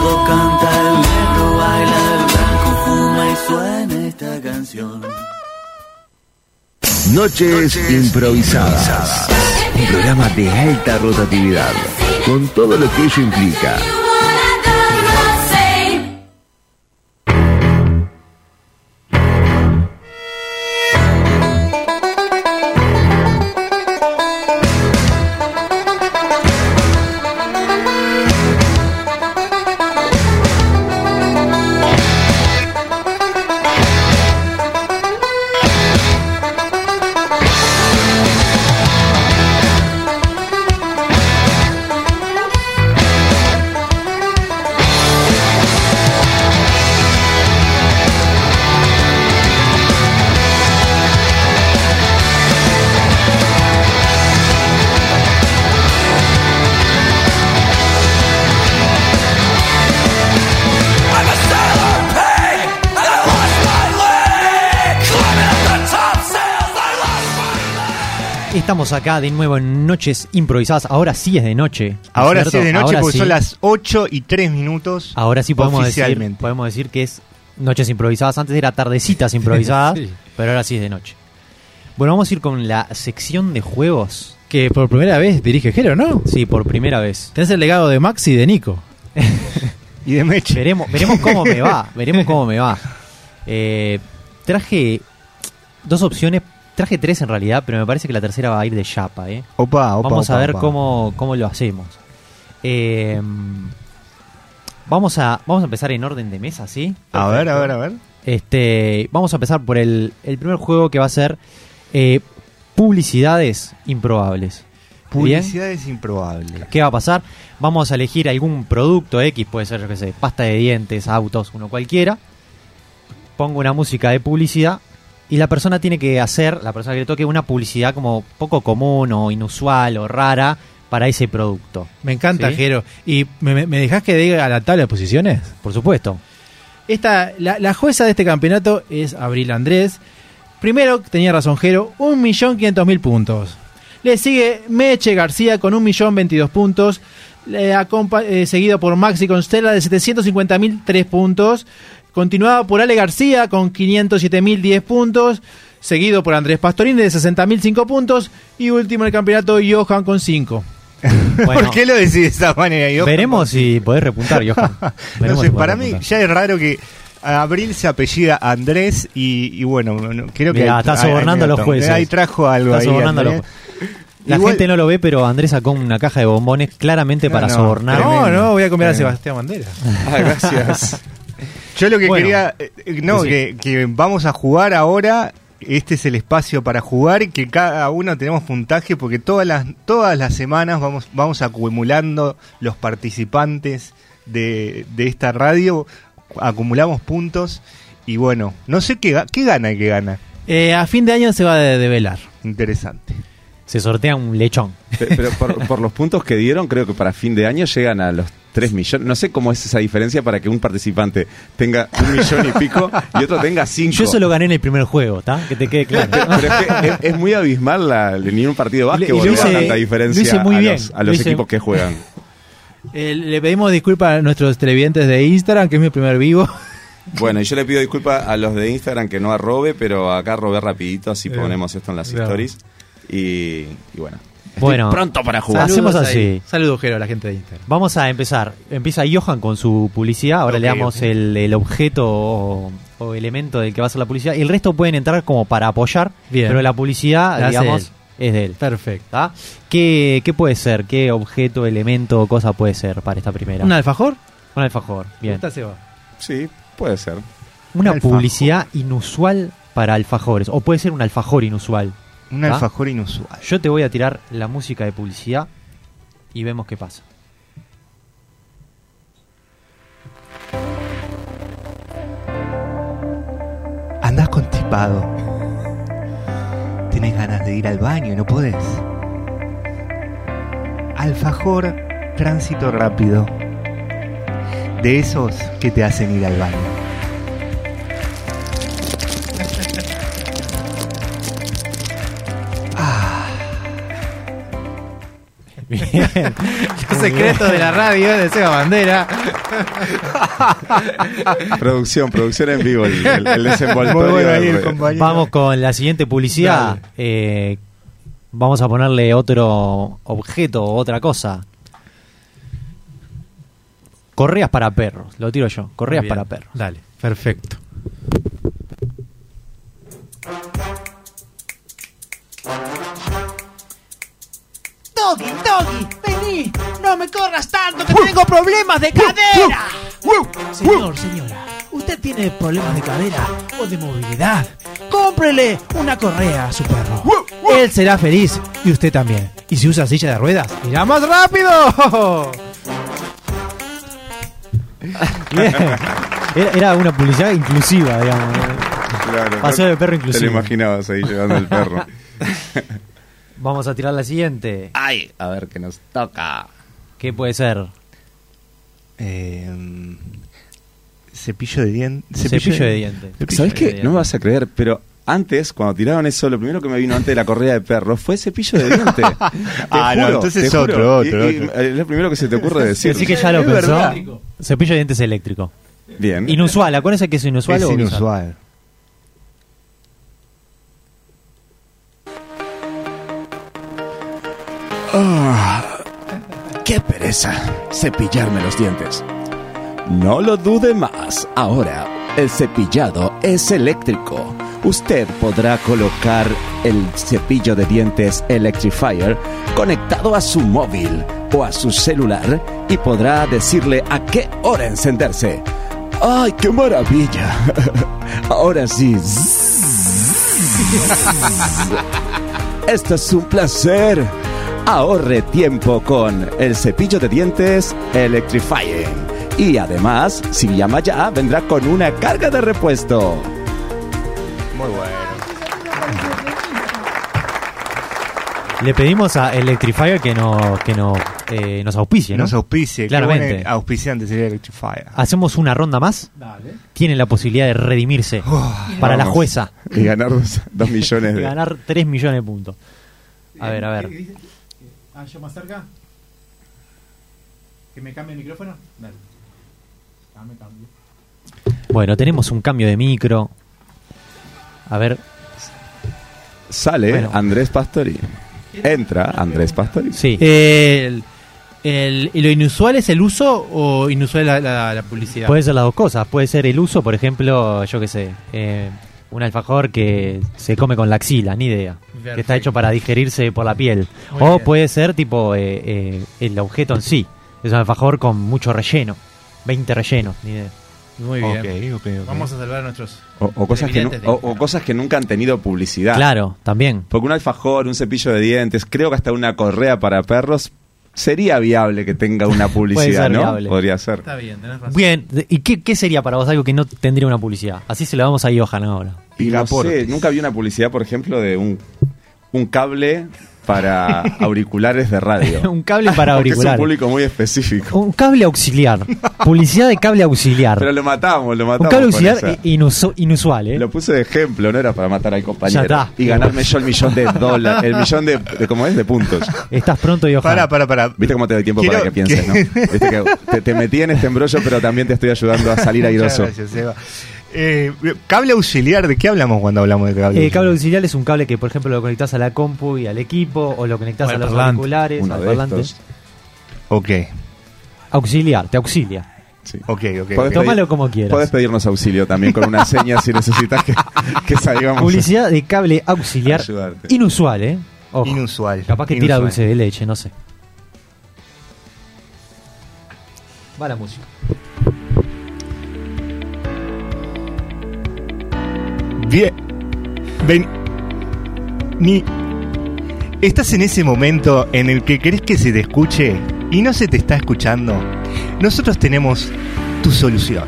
G: canta, el negro baila, el blanco fuma y suena esta canción.
H: Noches improvisadas. Un programa de alta rotatividad, con todo lo que ello implica.
I: I'm a sailor pig, and I lost my leg. Climbing up the top sails, I lost my
B: Estamos acá de nuevo en Noches Improvisadas. Ahora sí es de noche. ¿no
A: Ahora sí
B: cierto?
A: es de noche
B: Ahora
A: porque
B: sí.
A: son las 8 y 3 minutos.
B: Ahora sí podemos decir,
A: oficialmente.
B: podemos decir que es Noches Improvisadas. Antes era Tardecitas Improvisadas,
A: [LAUGHS] Sí.
B: pero ahora sí es de noche. Bueno, vamos a ir con la sección de juegos.
E: Que por primera vez dirige Jero, ¿no?
B: Sí, por primera vez.
E: Tenés el legado de Max y de Nico.
A: Y de Meche.
B: Veremos, veremos cómo me
A: [LAUGHS]
B: va. Veremos cómo me va. Eh, traje dos opciones. Traje tres en realidad, pero me parece que la tercera va a ir de chapa, ¿eh?
A: Ah, Opa, opa,
B: vamos a
A: opa,
B: ver
A: opa. [LAUGHS]
B: Cómo, cómo lo hacemos. Eh, vamos, a, vamos a empezar en orden de mesa, ¿sí?
A: A ver, a ver, a ver.
B: Este, vamos a empezar por el, el primer juego que va a ser eh, Publicidades Improbables. ¿Bien?
A: Publicidad es improbable.
B: ¿Qué va a pasar? Vamos a elegir algún producto X, puede ser, yo qué sé, pasta de dientes, autos, uno cualquiera. Pongo una música de publicidad y la persona tiene que hacer, la persona que le toque, una publicidad como poco común o inusual o rara para ese producto.
E: Me encanta,
B: ¿Sí?
E: Jero. ¿Y me, me- me dejás que diga la tabla de posiciones?
B: Por supuesto.
E: Esta, la, la jueza de este campeonato es Abril Andrés. Primero, tenía razón Jero, 1.500.000 puntos. Le sigue Meche García con 1.022 puntos. Le acompa- eh, seguido por Maxi Constela de 750.000, 3 puntos. Continuado por Ale García con 507.000, 10 puntos. Seguido por Andrés Pastorini de 60.000, 5 puntos. Y último en el campeonato, Johan con 5.
B: Bueno,
A: ¿Por qué lo decís de esa manera, Johan?
B: veremos si podés repuntar,
E: [LAUGHS]
B: Johan.
A: No
B: Veremos
A: sé,
B: si podés
A: para mí
B: repuntar.
A: ya es raro que a Abril se apellida Andrés y, y bueno, no- creo que...
B: Mirá, está sobornando a los
A: mira,
B: jueces.
A: Ahí trajo algo
B: Está
A: ahí,
B: sobornando a los
A: Andrés.
B: La
A: Igual-
B: gente no lo ve, pero Andrés sacó una caja de bombones claramente
A: No,
B: para
A: no,
B: sobornar.
E: No,
A: Tremendo,
E: no, voy a comer a
A: tremendo.
E: Sebastián Bandera.
C: [LAUGHS] Ah, gracias.
A: Yo lo que
B: Bueno.
A: quería... eh, eh, no,
B: Sí.
A: que, que vamos a jugar ahora. Este es el espacio para jugar, que cada uno tenemos puntaje porque todas las, todas las semanas vamos, vamos acumulando los participantes de, de esta radio, acumulamos puntos y bueno, no sé qué, ga- qué gana el que gana.
E: Eh, a fin de año se va a de- develar.
A: Interesante.
B: Se sortea un lechón.
C: Pe- Pero por, por los puntos que dieron, creo que para fin de año llegan a los 3 millones. No sé cómo es esa diferencia para que un participante tenga un millón y pico y otro tenga 5.
B: Yo eso lo gané en el primer juego, ¿está? Que te quede claro.
C: Pero es que es, es muy abismal la, ni un partido de
B: Y le-
C: básquetbol
B: y lo
C: le da
B: hice-
C: tanta diferencia
B: lo hice muy
C: a
B: bien.
C: los, a
B: Lo
C: los
B: hice-
C: equipos que juegan.
E: Eh, le pedimos disculpas a nuestros televidentes de Instagram, que es mi primer vivo.
C: Bueno, y yo le pido disculpas a los de Instagram que no arrobe, pero acá robé rapidito, así
E: Eh,
C: ponemos esto en las
E: claro.
C: stories. Y, y bueno, estoy
B: Bueno.
C: pronto para jugar.
B: Salud. Hacemos
E: Saludos
B: así.
E: ahí. [LAUGHS] Saludos, Jero, a la gente de Instagram.
B: Vamos a empezar. Empieza Johan con su publicidad. Ahora le
E: Ok,
B: damos
E: ok.
B: El, el objeto o, o elemento del que va a ser la publicidad. Y el resto pueden entrar como para apoyar.
E: Bien.
B: Pero la publicidad,
E: La hace
B: digamos,
E: él.
B: es de él.
E: Perfecto.
B: ¿tá? ¿Qué, ¿Qué puede ser? ¿Qué objeto, elemento o cosa puede ser para esta primera?
E: ¿Un alfajor?
B: Un alfajor. Bien.
E: Esta se va.
C: Sí, puede ser.
B: Una
A: Alfajor.
B: publicidad inusual para alfajores. O puede ser un alfajor inusual.
A: Un
B: ¿Ah?
A: alfajor inusual.
B: Yo te voy a tirar la música de publicidad y vemos qué pasa.
A: ocupado. Tenés ganas de ir al baño y no podés. Alfajor tránsito rápido. De esos que te hacen ir al baño.
B: [LAUGHS] Bien.
E: Los secretos de la radio de Seba Bandera.
C: [LAUGHS] Producción, producción en vivo, el, el- el desenvoltorio.
A: Muy bueno ahí
C: del-
A: el compañero.
B: Vamos con la siguiente publicidad. Eh, vamos a ponerle otro objeto, otra cosa. Correas para perros, lo tiro yo. Correas
E: Bien.
B: para perros.
E: Dale, perfecto.
J: Doggy, doggy, vení, no me corras tanto, que tengo problemas de cadera. Señor, señora, ¿usted tiene problemas de cadera o de movilidad? Cómprele una correa a su perro.
E: Él será feliz y usted también. Y si usa silla de ruedas, irá más rápido.
B: Bien. Era, era una publicidad inclusiva, digamos.
C: Claro,
B: Paseo de perro
C: Te
B: inclusivo.
C: lo imaginabas ahí llevando el perro.
B: [LAUGHS] Vamos a tirar la siguiente.
C: Ay, a ver qué nos toca.
B: ¿Qué puede ser?
A: Eh, cepillo de dientes.
B: Cepillo de dientes.
C: ¿Sabes
B: Cepillo de
C: qué? No me vas a creer, pero antes, cuando tiraron eso, lo primero que me vino antes de la correa de perro fue cepillo de diente. Te
A: Ah, no, entonces
C: te
A: es otro, otro,
C: Y- y,
A: otro.
C: eh, Es lo primero que se te ocurre decir.
B: Así que ya lo
A: Es
B: pensó.
A: verdad.
B: Cepillo de dientes eléctrico.
C: Bien.
B: Inusual, acuérdense que es inusual.
A: Es
B: o qué
A: inusual.
C: Ah, ¡Qué pereza! Cepillarme los dientes. No lo dude más. Ahora, el cepillado es eléctrico. Usted podrá colocar el cepillo de dientes Electrifier conectado a su móvil o a su celular y podrá decirle a qué hora encenderse. ¡Ay, qué maravilla! [LAUGHS] Ahora sí. Esto es un placer. Ahorre tiempo con el cepillo de dientes Electrifying. Y además, si llama ya, vendrá con una carga de repuesto.
A: Muy bueno.
B: Le pedimos a Electrifier que, no, que no, eh, nos auspicie, ¿no?
A: Nos auspicie.
B: Claramente.
A: Claramente. Auspiciante sería Electrifier.
B: Hacemos una ronda más. Tienen la posibilidad de redimirse
A: Oh,
B: para la
C: Vamos.
B: jueza.
C: Y ganar dos,
B: [LAUGHS]
C: dos millones
B: De
C: de... Eh,
B: ganar 3 millones de puntos. A ver, a ver.
E: Ah, yo más cerca. ¿Que me cambie el micrófono? Dale. Ah, me cambio.
B: Bueno, tenemos un cambio de micro. A ver,
C: Sale
B: Bueno.
C: Andrés Pastori. Entra Andrés Pastori.
B: sí.
E: El, el- ¿y ¿Lo inusual es el uso o inusual la, la- la publicidad?
B: Puede ser las dos cosas. Puede ser el uso, por ejemplo, yo qué sé, eh, un alfajor que se come con la axila, ni idea. Que
E: Perfecto.
B: está hecho para digerirse por la piel.
E: Muy
B: o
E: bien.
B: puede ser tipo eh, eh, el objeto en sí. Es un alfajor con mucho relleno. 20 rellenos, ni idea.
E: Muy bien.
A: Ok, ok, ok.
E: Vamos a salvar a nuestros.
C: O, o cosas que nu-
E: televidentes de
C: o- o
E: Instagram.
C: cosas que nunca han tenido publicidad.
B: Claro, también.
C: Porque un alfajor, un cepillo de dientes, creo que hasta una correa para perros, sería viable que
B: [LAUGHS]
C: tenga una publicidad,
B: ser
C: ¿no?
B: viable.
C: Podría ser.
E: Está bien, tenés razón.
B: Bien, de- ¿y qué, qué sería para vos algo que no tendría una publicidad? Así se lo damos a Johan ahora.
C: Y no
A: Picaportes.
C: sé, nunca vi una publicidad, por ejemplo, de un, un cable
B: [LAUGHS]
C: para auriculares de radio.
B: un cable para
C: [LAUGHS] Porque Es un
B: auricular.
C: público muy específico.
B: Un cable auxiliar. publicidad de cable
C: [LAUGHS]
B: auxiliar.
C: Pero lo matamos, lo
B: un
C: matamos.
B: cable
C: con
B: auxiliar
C: esa.
B: i- inusu- inusual, ¿eh?
C: Lo puse de ejemplo, no era para matar al compañero.
B: Ya está.
C: Y ganarme yo el millón
B: [LAUGHS]
C: de dólares, el millón de, de- ¿cómo es? De puntos.
B: Estás pronto, Johan.
A: Pará, pará, pará.
C: Viste cómo te doy tiempo
A: Quiero
C: para que pienses, ¿no? Viste que te, te metí en este embrollo, pero también te estoy ayudando a salir
A: Muchas
C: airoso.
A: gracias, Seba. Eh, cable auxiliar, ¿de qué hablamos cuando hablamos de cable
B: Eh, cable
A: auxiliar?
B: auxiliar es un cable que, por ejemplo, lo conectás a la compu y al equipo, o lo conectás
E: O
B: a
E: al
B: los
E: parlante.
B: auriculares,
C: Uno
B: al
C: de
B: parlante.
C: estos.
A: Ok,
B: Auxiliar, te auxilia.
C: Sí.
A: ok, ok.
C: Podés
A: ok.
C: pedir-
B: Tómalo como quieras.
C: Podés pedirnos auxilio también con una seña si necesitas que, que salgamos.
B: Publicidad de cable auxiliar
C: Ayudarte.
B: inusual, ¿eh? Ojo.
A: Inusual.
B: Capaz que tira
A: inusual.
B: dulce de leche, no sé. Va la música.
A: Bien. Ven. Ni. Estás en ese momento en el que crees que se te escuche y no se te está escuchando. Nosotros tenemos tu solución.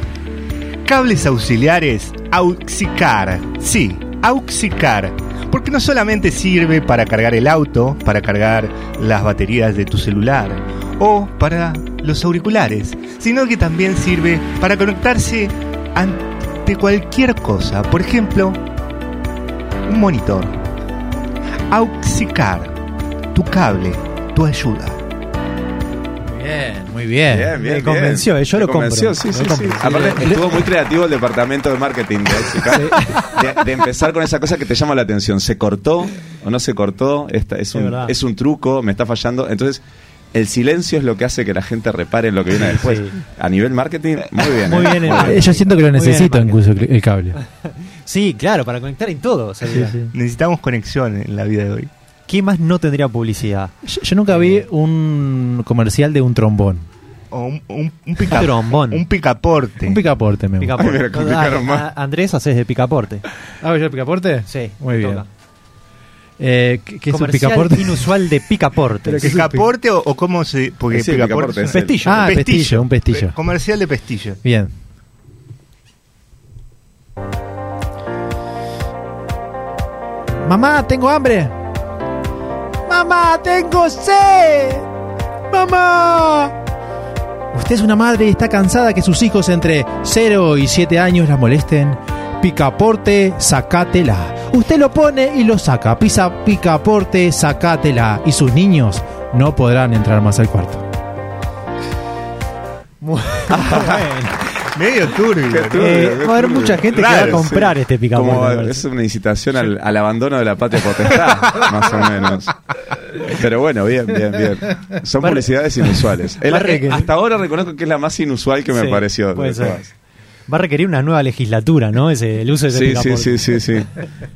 A: Cables auxiliares Auxicar. Sí, Auxicar. Porque no solamente sirve para cargar el auto, para cargar las baterías de tu celular o para los auriculares, sino que también sirve para conectarse ante cualquier cosa. Por ejemplo, un monitor. Auxicar, tu cable, tu ayuda.
E: Bien, muy bien.
C: bien,
E: me convenció,
C: bien.
E: eh, yo
C: Me
E: lo compro.
C: convenció, sí,
E: Lo
C: sí,
E: compro.
C: sí. Aparte, estuvo muy creativo el departamento de marketing de Auxicar. De, de empezar con esa cosa que te llama la atención. ¿Se cortó o no se cortó? Esta, es, un,
B: verdad.
C: es un truco, me está fallando. Entonces, el silencio es lo que hace que la gente repare en lo que viene después. A nivel marketing, muy bien.
B: Muy
C: eh,
B: bien,
E: Ah, Yo siento que lo
B: Muy bien,
E: necesito incluso el el cable.
B: Sí, claro, para conectar en todo. o sea,
E: Sí, sí.
A: Necesitamos conexión en la vida de hoy.
B: ¿Qué más no tendría publicidad? Eh,
E: Yo, yo nunca vi un comercial de un trombón.
A: O un, un, un pica-
B: Un trombón.
A: un picaporte.
E: Un picaporte, me gusta.
B: Picaporte.
A: [LAUGHS]
C: Ay, me la complicaron
B: Ah,
C: más.
B: ah, Andrés haces de picaporte.
E: ¿Hago yo Ah, el picaporte?
B: Sí,
E: Muy
B: me
E: bien.
B: toca.
E: Eh, ¿Qué qué es un
B: Comercial
E: picaporte?
B: inusual de picaporte.
E: Pero que-
A: ¿Picaporte o, o cómo se.? Porque
C: Sí, picaporte es
A: es un-
C: el-
B: Pestillo.
E: Ah, pestillo, un pestillo.
A: Pe- Comercial de pestillo.
E: Bien. Mamá, tengo hambre. Mamá, tengo sed. Mamá. Usted es una madre y está cansada que sus hijos entre 0 y 7 años la molesten. Picaporte, sacátela. Usted lo pone y lo saca. Pisa, picaporte, sacátela. Y sus niños no podrán entrar más al cuarto.
A: Medio turbio.
C: Qué
A: ¿no?
C: turbio,
B: Eh,
C: qué
B: va a haber
C: turbio.
B: mucha gente que va a comprar este picaporte,
C: Como,
B: me parece.
C: es una incitación al, al abandono de la patria
B: [LAUGHS]
C: potestad, más o menos. Pero bueno, bien, bien, bien. Son
B: Barre-
C: publicidades inusuales. Es la
B: Barre-
C: que hasta ahora reconozco que es la más inusual que me
B: Sí,
C: pareció.
B: puede
C: de
B: ser.
C: todas.
B: Va a requerir una nueva legislatura, ¿no? Ese, el uso de ese
C: Sí, sí,
B: picaporte.
C: sí, sí, sí.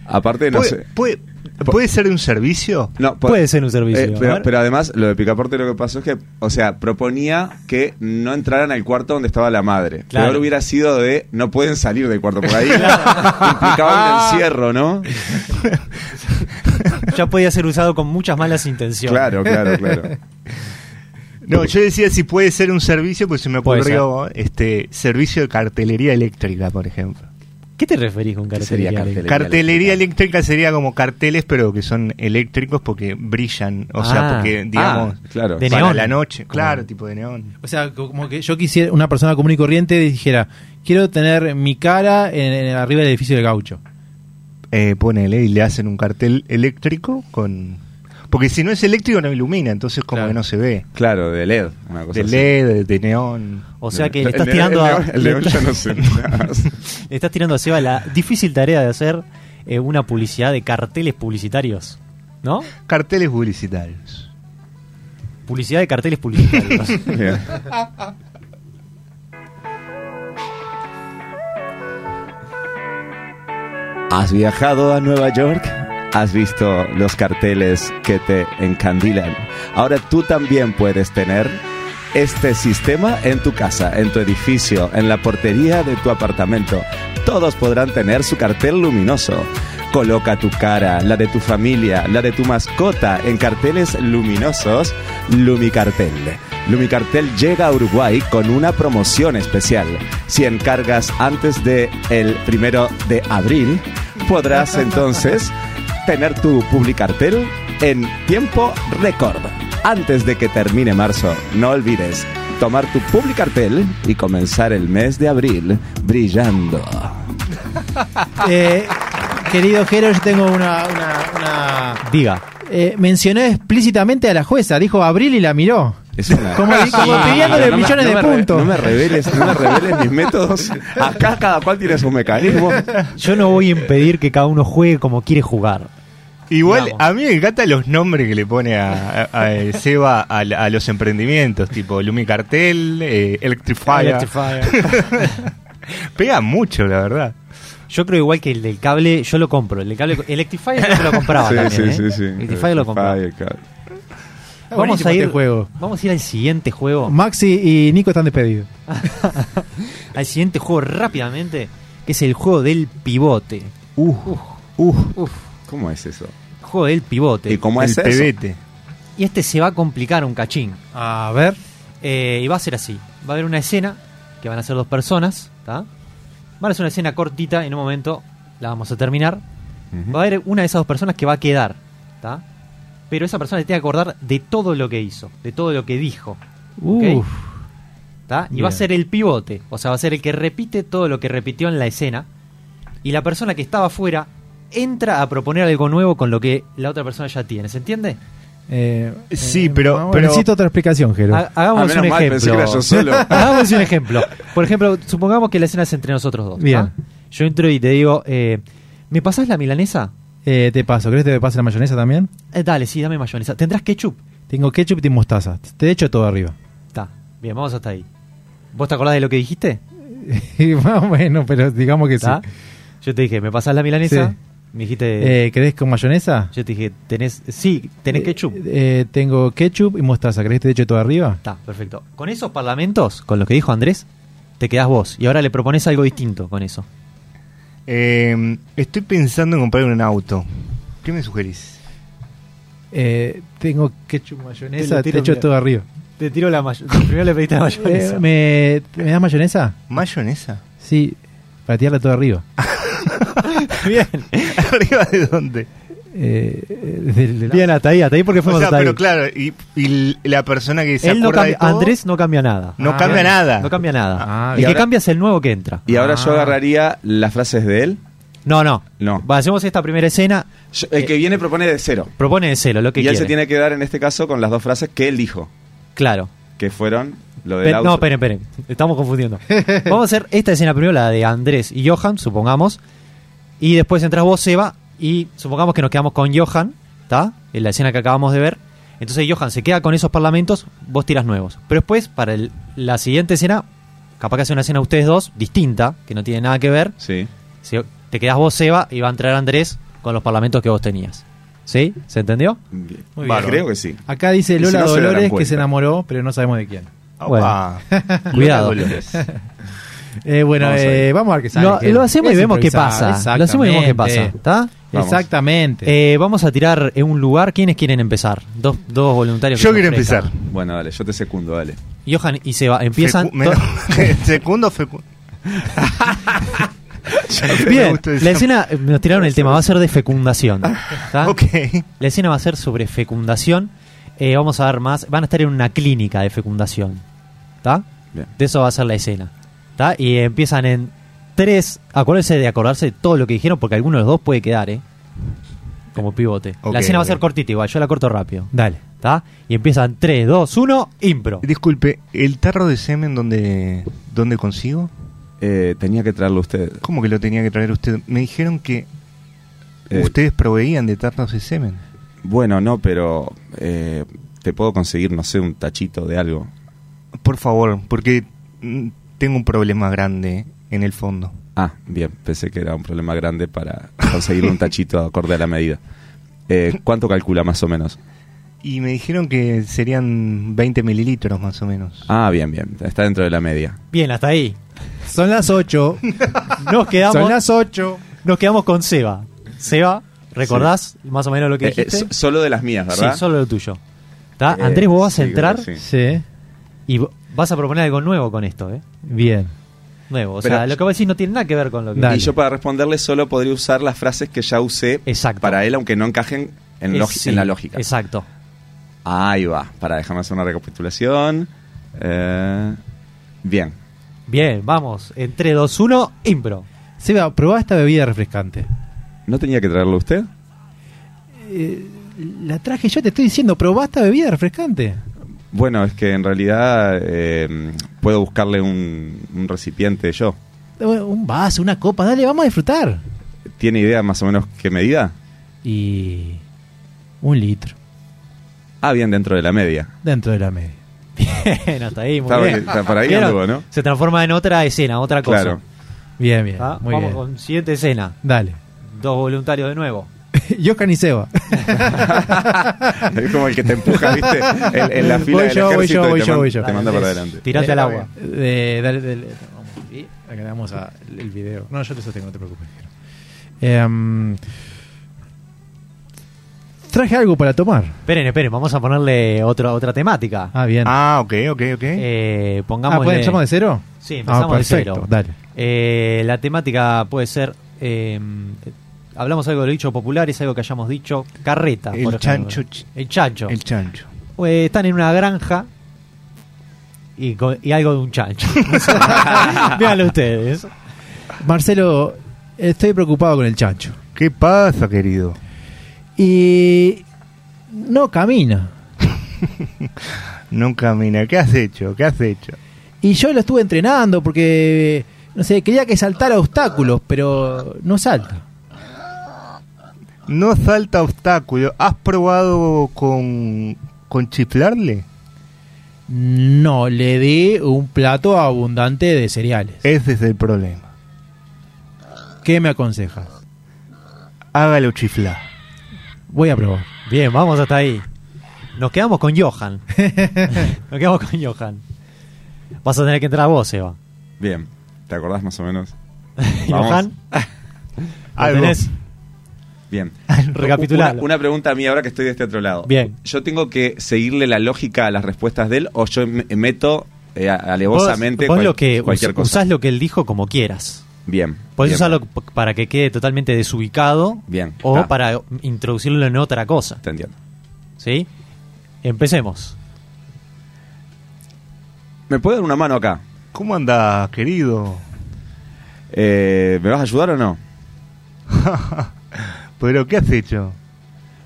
C: Aparte, no
A: ¿Puede,
C: sé.
A: puede- puede ser de un servicio?
C: No,
B: [LAUGHS]
C: por-
B: Puede ser un servicio.
C: Eh,
B: A
C: pero,
B: ver.
C: pero además, lo de Picaporte lo que pasó es que, o sea, proponía que no entraran al cuarto donde estaba la madre.
B: Claro.
C: Peor hubiera sido de no pueden salir del cuarto,
B: [LAUGHS]
C: por ahí implicaba un encierro, ¿no?
B: Ya podía ser usado con muchas malas intenciones.
C: Claro,
B: [LAUGHS]
C: claro, claro.
A: No, yo decía si puede ser un servicio, pues se me
B: Puede
A: ocurrió este servicio de cartelería eléctrica, por ejemplo.
B: ¿Qué te referís con cartelería?
C: sería
B: eléctrica?
A: Cartelería eléctrica sería como carteles, pero que son eléctricos porque brillan, o
B: Ah,
A: sea, porque digamos
C: Ah, claro.
B: de
A: para
B: neón.
A: la noche,
B: Como-
A: claro, tipo de neón.
E: O sea, co- como que yo quisiera, una persona común y corriente dijera, quiero tener mi cara en, en arriba del edificio del gaucho.
A: Eh, ponele y le hacen un cartel eléctrico con porque si no es eléctrico no ilumina, entonces como
E: Claro.
A: que no se ve.
C: Claro, de LED. Una cosa
A: De
C: así.
A: LED, de, de neón.
B: O sea que
C: El
B: le estás
C: de-
B: tirando
C: el
B: a.
C: de- El de
B: le
C: hoy
B: estás-
C: ya
B: [LAUGHS]
C: no sé.
B: le estás tirando a Seba la difícil tarea de hacer eh, una publicidad de carteles publicitarios. ¿No?
A: Carteles publicitarios.
B: Publicidad de carteles publicitarios.
C: [LAUGHS] Bien. ¿Has viajado a Nueva York? ¿Has visto los carteles que te encandilan? Ahora tú también puedes tener este sistema en tu casa, en tu edificio, en la portería de tu apartamento. Todos podrán tener su cartel luminoso. Coloca tu cara, la de tu familia, la de tu mascota en carteles luminosos Lumicartel. Lumicartel llega a Uruguay con una promoción especial. Si encargas antes de el primero de abril,
E: [LAUGHS]
C: podrás entonces tener tu publicartel en tiempo récord. Antes de que termine marzo, no olvides tomar tu publicartel y comenzar el mes de abril brillando.
E: Eh, querido Jero, yo tengo una... una- una-
B: Diga.
E: eh, mencionó explícitamente a la jueza, dijo Abril y la miró.
C: Es una- [LAUGHS]
E: Como, como pidiéndole
C: Pero no me-
E: millones
C: no me
E: de
C: re-
E: puntos.
C: No me reveles, no me reveles
E: [LAUGHS]
C: mis métodos. Acá cada cual tiene su mecanismo.
B: Yo no voy a impedir que cada uno juegue como quiere jugar.
A: Igual,
B: Digamos.
A: a mí me encantan los nombres que le pone a, a- a Seba a, la- a los emprendimientos, tipo Lumicartel, eh, Electrify. Pega mucho, la verdad.
B: Yo creo igual que el del cable, yo lo compro. El del cable Electrifier yo lo compraba también, ¿eh? Electrifier lo compraba.
E: Está
B: Vamos
E: buenísimo
B: a ir
E: este juego.
B: Vamos a ir al siguiente juego.
E: Maxi y Nico están despedidos.
B: al siguiente juego rápidamente, que es el juego del pivote.
C: ¿Cómo es eso?
B: Juego del pivote.
C: ¿Y cómo
A: El
C: es eso?
A: pebete.
B: Y este se va a complicar un cachín.
E: A ver.
B: Eh, y va a ser así. Va a haber una escena que van a ser dos personas. ¿tá? Van a ser una escena cortita. En un momento la vamos a terminar. Va a haber una de esas dos personas que va a quedar, ¿tá? Pero esa persona se tiene que acordar de todo lo que hizo, de todo lo que dijo. ¿ok?
E: Uf.
B: ¿tá? Y va a
E: Bien.
B: ser el pivote, o sea, va a ser el que repite todo lo que repitió en la escena. Y la persona que estaba afuera entra a proponer algo nuevo con lo que la otra persona ya tiene, ¿se entiende?
E: Eh,
A: Sí,
E: eh,
A: pero-
E: vamos,
A: pero-
E: necesito otra explicación, Jero.
B: Ha- Hagamos
C: Ah, menos
B: un
C: mal, pensé que
B: ejemplo.
C: era
E: [LAUGHS]
C: yo
B: [LAUGHS]
C: solo.
B: Hagamos un ejemplo. Por ejemplo, supongamos que la escena es entre nosotros dos. ¿tá?
E: Bien.
B: Yo entro y te digo, eh, ¿me pasás la milanesa?
E: Eh, te paso, ¿crees que te pase la mayonesa también?
B: Eh, dale, sí, dame mayonesa. ¿Tendrás ketchup?
E: Tengo ketchup y mostaza. Te echo todo arriba.
B: Está, bien, vamos hasta ahí. ¿Vos te acordás de lo que dijiste?
E: [LAUGHS] Y más o menos, pero digamos que sí.
B: ¿Tá? Yo te dije, ¿me pasás la milanesa?
E: Sí.
B: Me dijiste.
E: Eh, ¿Querés con mayonesa?
B: yo te dije, ¿tenés. Sí, tenés
E: Eh,
B: ketchup.
E: eh, tengo ketchup y mostaza. ¿Querés que te eche todo arriba?
B: Está, perfecto. Con esos parlamentos, con los que dijo Andrés, te quedás vos. Y ahora le propones algo distinto con eso.
A: Eh, estoy pensando en comprar un auto. ¿Qué me sugerís? [LAUGHS]
E: Eh, tengo ketchup, mayonesa,
B: lo
E: te,
B: tiro,
E: echo
B: mira.
E: todo arriba.
B: Te tiro la [LAUGHS] mayonesa. Primero le pediste la
E: Eh, ¿me, ¿Me das mayonesa?
A: ¿Mayonesa?
E: Sí, para tirarla todo arriba.
B: [LAUGHS] bien,
A: ¿Arriba de dónde?
E: [LAUGHS] Eh, eh, del-
B: [LAUGHS]
E: del-
B: bien, hasta ahí, hasta ahí porque
A: O
B: fuimos
A: sea,
B: hasta
A: pero
B: ahí.
A: claro, y, y la persona que se
B: Él no
A: acuerda
B: cambia-
A: de todo,
B: Andrés no cambia nada.
A: no
E: Ah,
A: cambia
E: bien.
A: nada.
B: No cambia nada.
E: Ah,
B: el
C: y
B: que
C: ahora-
B: cambia es el nuevo que entra.
C: Y ahora yo
E: Ah.
C: agarraría las frases de él.
B: No, no.
C: No.
B: Va, Hacemos esta primera escena.
C: Yo- el que viene propone de cero.
B: Propone de celo, lo que
C: Y
B: quiere.
C: él se tiene que dar en este caso con las dos frases que él dijo,
B: Claro.
C: que fueron lo del
B: Pe-
C: auto.
B: no, esperen, esperen. Estamos confundiendo. [LAUGHS] Vamos a hacer esta escena primero, la de Andrés y Johan, supongamos. Y después entras vos, Eva. Y supongamos que nos quedamos con Johan, ¿está? En la escena que acabamos de ver. Entonces Johan se queda con esos parlamentos, vos tiras nuevos. Pero después, para el- la siguiente escena, capaz que hace una escena ustedes dos, distinta, que no tiene nada que ver.
C: Sí.
B: Se- te quedás vos, Eva, y va a entrar Andrés con los parlamentos que vos tenías. ¿Sí? ¿Se entendió?
E: Bárbaro.
C: Creo que sí.
E: Acá dice
C: Y si
E: Lola
C: no se darán
E: Dolores que
C: cuenta.
E: se enamoró, pero no sabemos de quién.
B: Bueno.
A: Ah,
B: [LAUGHS] Cuidado.
A: Dolores.
E: Eh, bueno, vamos,
C: Vamos a
E: eh,
C: ver.
E: a vamos a ver qué sale.
B: Lo,
E: Jero.
B: lo hacemos y
E: Es
B: vemos qué
E: improvisado,
B: pasa. Lo hacemos y vemos qué pasa.
E: exactamente.
B: ¿Está?
C: Vamos.
E: Exactamente.
B: Eh, vamos a tirar en un lugar. ¿Quiénes quieren empezar? Dos, dos voluntarios. que
A: Yo
B: se
A: quiero
B: ofrezcan.
A: empezar.
C: Bueno, dale, yo te secundo, dale.
B: Johan y Seba empiezan.
A: Fecu- me-
B: to-
A: [LAUGHS]
B: [LAUGHS]
A: Secundo, fecu- [LAUGHS] Me
B: Bien,
A: gusta eso. Ah,
B: la escena, eh, nos tiraron el tema, va a ser de fecundación. ¿está?
A: Ok.
B: La escena va a ser sobre fecundación. Eh, vamos a ver más. Van a estar en una clínica de fecundación. ¿Está?
C: Bien.
B: De eso va a ser la escena. ¿Está? Y empiezan en tres. Acuérdense de acordarse de todo lo que dijeron, porque alguno de los dos puede quedar, ¿eh? Como pivote.
A: Ok,
B: la escena va a
A: ok.
B: ser cortita igual, yo la corto rápido.
E: Dale.
B: ¿Está? Y empiezan 3, 2, 1, impro.
A: Disculpe, ¿el tarro de semen dónde, dónde consigo?
C: Eh, tenía que traerlo usted.
A: ¿Cómo que lo tenía que traer usted? Me dijeron que
C: Eh,
A: ustedes proveían de tarros de semen.
C: Bueno, no, pero eh, te puedo conseguir, no sé, un tachito de algo.
A: Por favor, porque mm, tengo un problema grande en el fondo.
C: Ah, bien, pensé que era un problema grande para conseguir un tachito acorde a la medida. Eh, ¿Cuánto calcula más o menos?
A: Y me dijeron que serían 20 mililitros más o menos.
C: Ah, bien, bien, está dentro de la media.
B: Bien, hasta ahí.
E: Son las 8.
B: Nos quedamos,
E: Son las 8.
B: nos quedamos con Seba. Seba, ¿recordás más o menos lo que
C: Eh, eh,
B: dijiste?
C: so- solo de las mías, ¿verdad?
B: sí, solo lo tuyo. ¿Está?
C: Eh,
B: Andrés, vos vas a
C: sí,
B: entrar
C: creo que sí.
E: Sí.
B: y vo- vas a proponer algo nuevo con esto, ¿eh?
E: Bien.
B: Nuevo. O
C: Pero-
B: sea, lo que vos decís no tiene nada que ver con lo que.
E: Dale.
C: Y yo para responderle solo podría usar las frases que ya usé
B: Exacto.
C: para él, aunque no encajen en,
B: Eh,
C: log-
B: sí,
C: en la lógica.
B: Exacto.
C: Ahí va. Para déjame hacer una recapitulación. Eh, bien.
B: Bien, vamos. En 3, 2, 1, impro.
E: Seba, probá esta bebida refrescante.
C: ¿No tenía que traerlo usted?
E: Eh, La traje yo, te estoy diciendo, probá esta bebida refrescante.
C: Bueno, es que en realidad eh, puedo buscarle un, un recipiente yo.
E: Bueno, Un vaso, una copa, dale, vamos a disfrutar.
C: ¿Tiene idea más o menos qué medida?
E: Y un litro
C: Ah, bien, dentro de la media.
E: dentro de la media.
B: Bien, hasta ahí. Muy
C: Está
B: bien.
C: bien, está por ahí
B: ¿Vieron?
C: anduvo, ¿no?
B: Se transforma en otra escena, otra cosa.
C: Claro.
E: Bien, bien.
B: ¿Está?
E: Muy
B: Vamos
E: bien.
B: con siguiente escena.
E: Dale.
B: Dos voluntarios de nuevo.
E: Johan y Seba.
C: [LAUGHS] es como el que te empuja, ¿viste? En, en la fila
E: Voy
C: del
E: yo, voy yo,
C: ejército y
E: voy
C: te,
E: yo,
C: man-
E: voy yo.
C: te manda para adelante.
B: Tirate al agua.
E: Eh, dale, dale. Vamos. Y acá le damos a- el video. No, yo te sostengo, no te preocupes. Em, traje algo para tomar.
B: Esperen, esperen, vamos a ponerle otra otra temática.
E: Ah, bien.
A: Ah, ok, ok, ok.
B: Eh,
E: Ah,
B: pongámosle...
E: ¿pueden empezamos de cero?
B: Sí, empezamos
E: Ah,
B: de
E: perfecto,
B: cero.
E: Dale.
B: Eh, la temática puede ser eh, hablamos algo de dicho popular, es algo que hayamos dicho. Carreta,
A: El
B: por ejemplo.
A: chancho ch-
B: El chancho.
A: El chancho.
B: Eh, están en una granja y, co- y algo de un
C: [LAUGHS]
B: chancho.
E: [LAUGHS]
B: Véanlo ustedes.
E: Marcelo, estoy preocupado con el chancho.
A: ¿Qué pasa, querido?
E: Y no camina.
A: No camina. ¿Qué has hecho? ¿Qué has hecho?
E: Y yo lo estuve entrenando porque, no sé, quería que saltara obstáculos, pero no salta.
A: No salta obstáculo. ¿Has probado con, con chiflarle?
E: No, le di un plato abundante de cereales.
A: Ese es el problema.
E: ¿Qué me aconsejas?
A: Hágalo chiflar.
E: Voy a probar.
B: Bien, vamos hasta ahí. Nos quedamos con Johan. Nos quedamos con Johan. Vas a tener que entrar vos, Eva.
C: Bien, ¿te acordás más
B: [LAUGHS]
C: o menos? Vamos. [LAUGHS]
B: Johan. ¿Lo
C: Algo.
B: tenés?
C: Bien.
B: [LAUGHS] Recapitulalo.
C: Una, una pregunta a mí ahora que estoy de este otro lado.
B: Bien.
C: ¿Yo tengo que seguirle la lógica a las respuestas de él o yo me- meto eh, alevosamente
B: Pon
C: cual-
B: lo que
C: cualquier
B: us-
C: cosa?
B: usás lo que él dijo como quieras.
C: Bien.
B: Podés
C: bien,
B: usarlo p- para que quede totalmente desubicado
C: Bien.
B: o
C: está,
B: para introducirlo en otra cosa.
C: Ah. Te entiendo.
B: ¿Sí? Empecemos.
C: ¿Me puede dar una mano acá?
A: ¿Cómo andás, querido?
C: Eh, ¿Me vas a ayudar o no?
A: [LAUGHS] ¿Pero qué has hecho?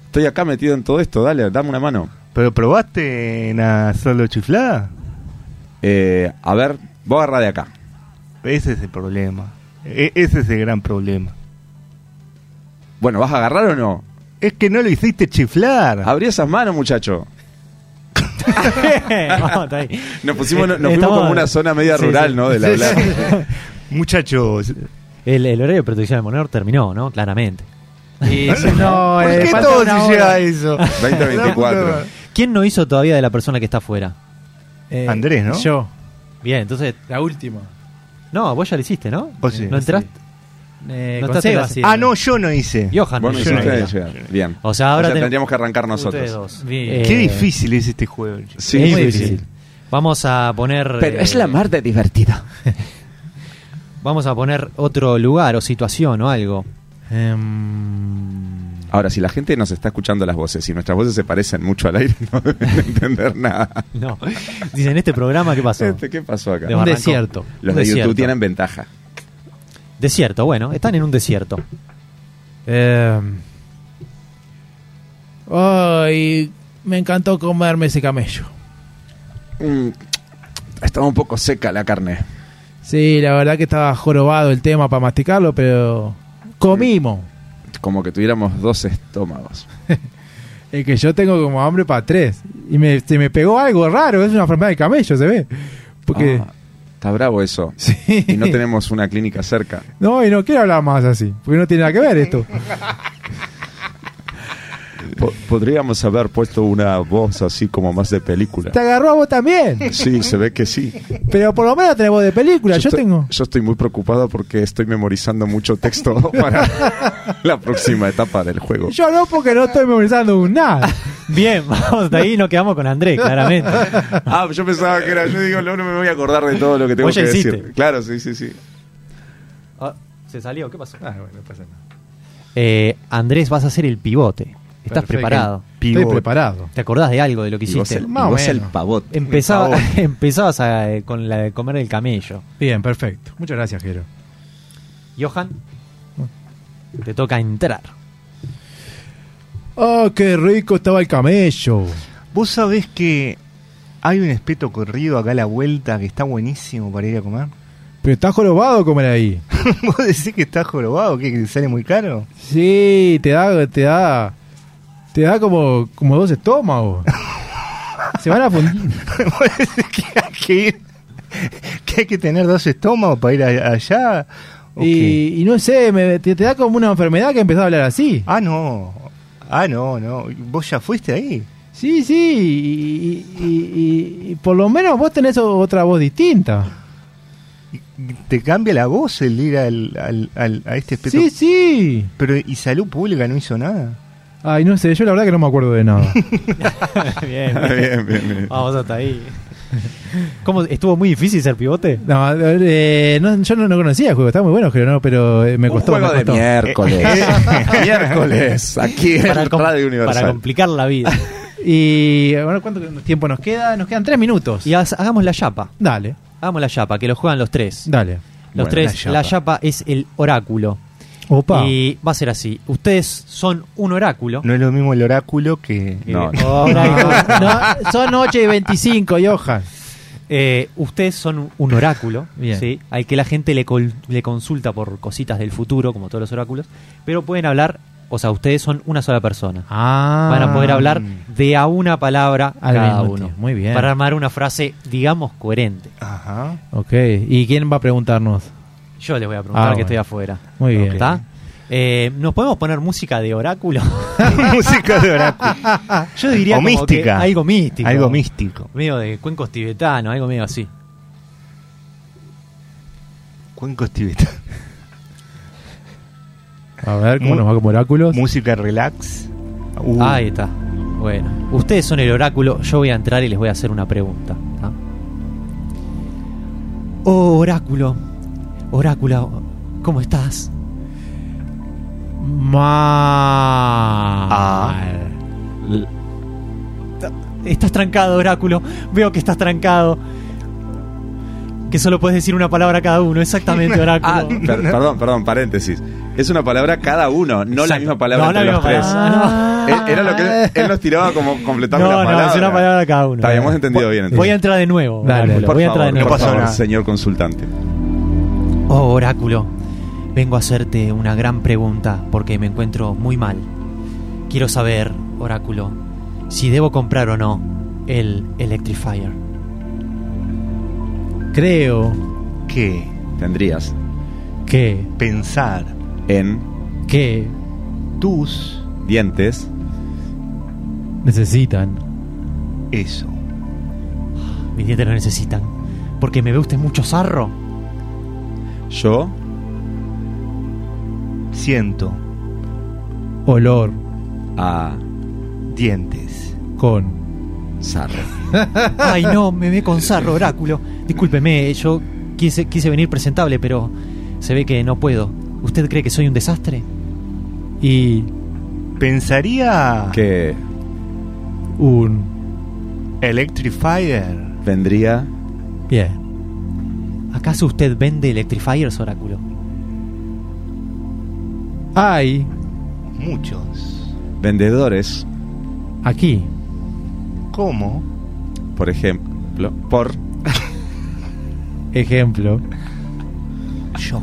C: Estoy acá metido en todo esto, dale, dame una mano.
A: ¿Pero probaste una solo chiflada?
C: Eh, a ver, vos agarra
B: [LAUGHS]
C: de acá.
A: Ese es el problema. E- ese es el gran problema.
C: Bueno, ¿vas a agarrar o no?
A: Es que no lo hiciste chiflar.
C: Abrí esas manos, muchacho.
B: Vamos hasta ahí.
C: Nos pusimos, nos
B: Estamos-
C: fuimos como una zona media
B: Sí,
C: rural,
B: sí.
C: ¿no? De la
A: Sí, sí. Muchachos,
B: El, el horario de protección del menor terminó, ¿no? Claramente.
E: no,
A: ¿por
E: eh,
A: qué
E: falta
A: todo
E: una
A: se
E: hora.
A: llega
B: [LAUGHS]
A: a eso?
C: [LAUGHS] 2024.
B: ¿Quién no hizo todavía de la persona que está afuera?
E: Eh,
A: Andrés, ¿no?
E: Yo,
B: Bien, entonces.
E: la última.
B: No, vos ya lo hiciste, ¿no?
A: O sí,
B: ¿No entraste?
E: Eh,
B: No
E: con
B: estás en
E: Seba,
B: la-
E: sí.
A: Ah, no, yo no hice.
B: Johan,
C: Vos no
B: yo
C: hiciste
B: no
C: de
B: hice.
C: llegar. Bien.
B: O sea, ahora
C: ya
B: ten-
C: tendríamos que arrancar
B: Ustedes
C: nosotros.
B: dos.
E: Bien.
B: Eh,
A: Qué difícil es este juego. che.
C: Sí,
B: es
C: sí,
B: muy
C: sí.
B: difícil. Vamos a poner. eh,
C: mar de divertida.
B: Vamos a poner otro lugar o situación o algo. Em,
C: Ahora, si la gente nos está escuchando las voces y nuestras voces se parecen mucho al aire, [LAUGHS] no deben entender nada.
B: no. [LAUGHS] Dicen, ¿este programa qué pasó?
C: Este, ¿Qué pasó acá?
B: De
E: un
B: Barranco.
E: desierto.
C: Los de
B: Desierto.
C: YouTube tienen ventaja.
B: Desierto, bueno, están en un desierto.
E: Eh, Ay, me encantó comerme ese camello.
C: Mm, estaba un poco seca la carne.
E: Sí, la verdad que estaba jorobado el tema para masticarlo, pero comimos.
C: Como que tuviéramos dos estómagos.
E: Es que yo tengo como hambre para tres. Y me, se me pegó algo raro, es una enfermedad de camello, se ve. Porque.
C: Ah, está bravo eso.
E: Sí.
C: Y no tenemos una clínica cerca.
E: No, y no quiero hablar más así, porque no tiene nada que ver esto.
C: Po- podríamos haber puesto una voz así como más de película.
E: Te agarró a vos también.
C: Sí, se ve que sí.
E: Pero por lo menos tenés voz de película, yo,
C: estoy-
E: tengo.
C: Yo estoy muy preocupado porque estoy memorizando mucho
E: [LAUGHS]
C: texto para la próxima etapa del juego.
E: Yo no, porque no estoy memorizando un nada.
B: [LAUGHS] Bien, vamos de ahí y nos quedamos con Andrés, claramente.
C: Ah, yo pensaba que era. Yo digo, no, no me voy a acordar de todo lo que tengo
B: Vos ya
C: que decir.
B: hiciste.
C: Claro, sí, sí, sí.
B: Ah, ¿Se salió? ¿Qué pasó?
E: Ah,
B: Eh, Andrés, vas a ser el pivote. Estás
E: Perfecto.
B: preparado.
E: Estoy preparado.
B: ¿Te acordás de algo de lo que
C: Y vos
B: hiciste?
C: el, y
E: Más o
C: vos el
E: menos.
C: pavote.
B: Empezaba, [LAUGHS] empezabas a, eh, con la de comer el camello.
E: Bien, perfecto. Muchas gracias, Jero.
B: Johan, te toca
C: [LAUGHS]
B: entrar.
E: ¡Ah, qué rico estaba el camello!
A: Vos sabés que hay un espeto corrido acá a la vuelta que está buenísimo para ir a comer.
E: Pero está jorobado comer ahí.
A: [LAUGHS] ¿Vos decís que está jorobado? ¿Qué? ¿Que sale muy caro?
E: Sí, te da, te da, te da como, como dos
B: [LAUGHS]
E: estómagos. Se van a fundir.
A: ¿Vos decís que hay [LAUGHS] que ir? ¿Que hay que tener dos estómagos para ir a- allá? ¿O qué?
E: Y, y no sé, me- te, te da como una enfermedad que empezó a hablar así.
A: Ah, no. Ah, no, no. ¿Vos ya fuiste ahí?
E: Sí, sí, y, y- y- y- y por lo menos vos tenés o- otra voz distinta.
A: ¿Te cambia la voz el ir al, al- al- a este espeto?
E: Sí, sí.
A: Pero ¿y salud pública no hizo nada?
E: Ay, no sé, yo la verdad que no me acuerdo de nada.
B: bien,
C: [LAUGHS] Bien, bien, bien.
B: Vamos hasta ahí. ¿Cómo, ¿Estuvo muy difícil ser pivote?
E: No, eh, no, yo no, no conocía el juego, estaba muy bueno, creo, no, pero eh, me costó.
C: juego
E: me
C: de
E: costó.
C: miércoles. [LAUGHS] miércoles, aquí en
B: Para com-
C: Radio Universal.
B: para complicar la vida.
E: [LAUGHS] Y bueno, ¿cuánto tiempo nos queda? Nos quedan tres minutos.
B: Y haz- hagamos la chapa.
E: Dale,
B: Hagamos la chapa, que lo juegan los tres.
E: dale.
B: Los
E: Bueno,
B: tres,
E: la
B: la chapa es el oráculo.
E: Opa.
B: Y va a ser así. Ustedes son un oráculo.
A: No es lo mismo el oráculo que.
B: [LAUGHS]
A: eh,
C: No, no.
A: [LAUGHS]
E: Ahora, no, son 8 y 25, Johan.
B: Eh, ustedes son un oráculo,
E: Bien.
B: ¿sí? al que la gente le, col- le consulta por cositas del futuro, como todos los oráculos, pero pueden hablar, o sea, ustedes son una sola persona.
E: Ah,
B: Van a poder hablar de a una palabra
E: Al
B: cada
E: mismo
B: uno.
E: tiempo, muy bien.
B: Para armar una frase, digamos, coherente.
A: Ajá.
E: Ok, ¿y quién va a preguntarnos?
B: Yo les voy a preguntar
E: Ah,
B: que
E: bueno.
B: estoy afuera.
E: Muy bien.
B: ¿Está? Eh, ¿Nos podemos poner música de oráculo?
A: Música de oráculo.
B: Yo diría
A: O
B: como que
A: mística.
B: algo místico.
A: Algo místico.
B: Medio de cuencos tibetanos, algo medio así.
A: Cuencos tibetanos.
E: A ver, ¿cómo
A: Mu-
E: nos va como oráculos?
A: Música relax. Uh,
B: Ahí está. Bueno, ustedes son el oráculo, yo voy a entrar y les voy a hacer una pregunta. ¿ah? ¿tá? Oh, oráculo, oráculo, ¿cómo estás?
E: Mal.
B: Ah. Estás trancado, oráculo, veo que estás trancado. Que solo puedes decir una palabra a cada uno,
C: [LAUGHS]
B: exactamente,
C: Ah,
B: oráculo.
C: per- perdón, perdón, paréntesis. Es una palabra cada uno, no la
B: Exacto.
C: misma palabra
B: No, la
C: entre los
B: misma
C: tres.
B: palabra,
C: Él- Era lo que él nos tiraba como completando
B: no,
C: la palabra.
B: no, es una palabra a cada uno.
C: Está, bien, hemos entendido bien.
B: Voy a entrar de nuevo.
E: Dale,
B: oráculo,
C: por
B: voy a
C: favor,
B: entrar de nuevo.
C: por
A: No pasó
C: favor,
A: nada.
C: señor consultante.
B: Oh, oráculo, vengo a hacerte una gran pregunta porque me encuentro muy mal. Quiero saber, oráculo, si debo comprar o no el Electrifier.
E: Creo
A: ¿Qué?
C: Tendrías
E: que,
A: Pensar
C: en
E: que
A: tus.
C: dientes
E: necesitan
A: Eso.
B: Mis dientes lo necesitan porque me ve usted mucho [LAUGHS] zarro.
C: yo
A: Siento.
E: olor
C: a
A: Dientes.
E: con.
C: Sarro.
B: Ay, no, me ve con zarro, oráculo. Discúlpeme, yo quise, quise venir presentable, pero se ve que no puedo. ¿Usted cree que soy un desastre?
E: Y
A: Pensaría.
C: que
E: un.
A: Electrifier.
C: vendría
E: Bien.
B: ¿Acaso usted vende Electrifiers, oráculo?
E: Hay
A: Muchos.
C: vendedores,
E: aquí
A: ¿Cómo?
C: por ejemplo,
B: [LAUGHS]
C: por
E: ejemplo.
B: Yo.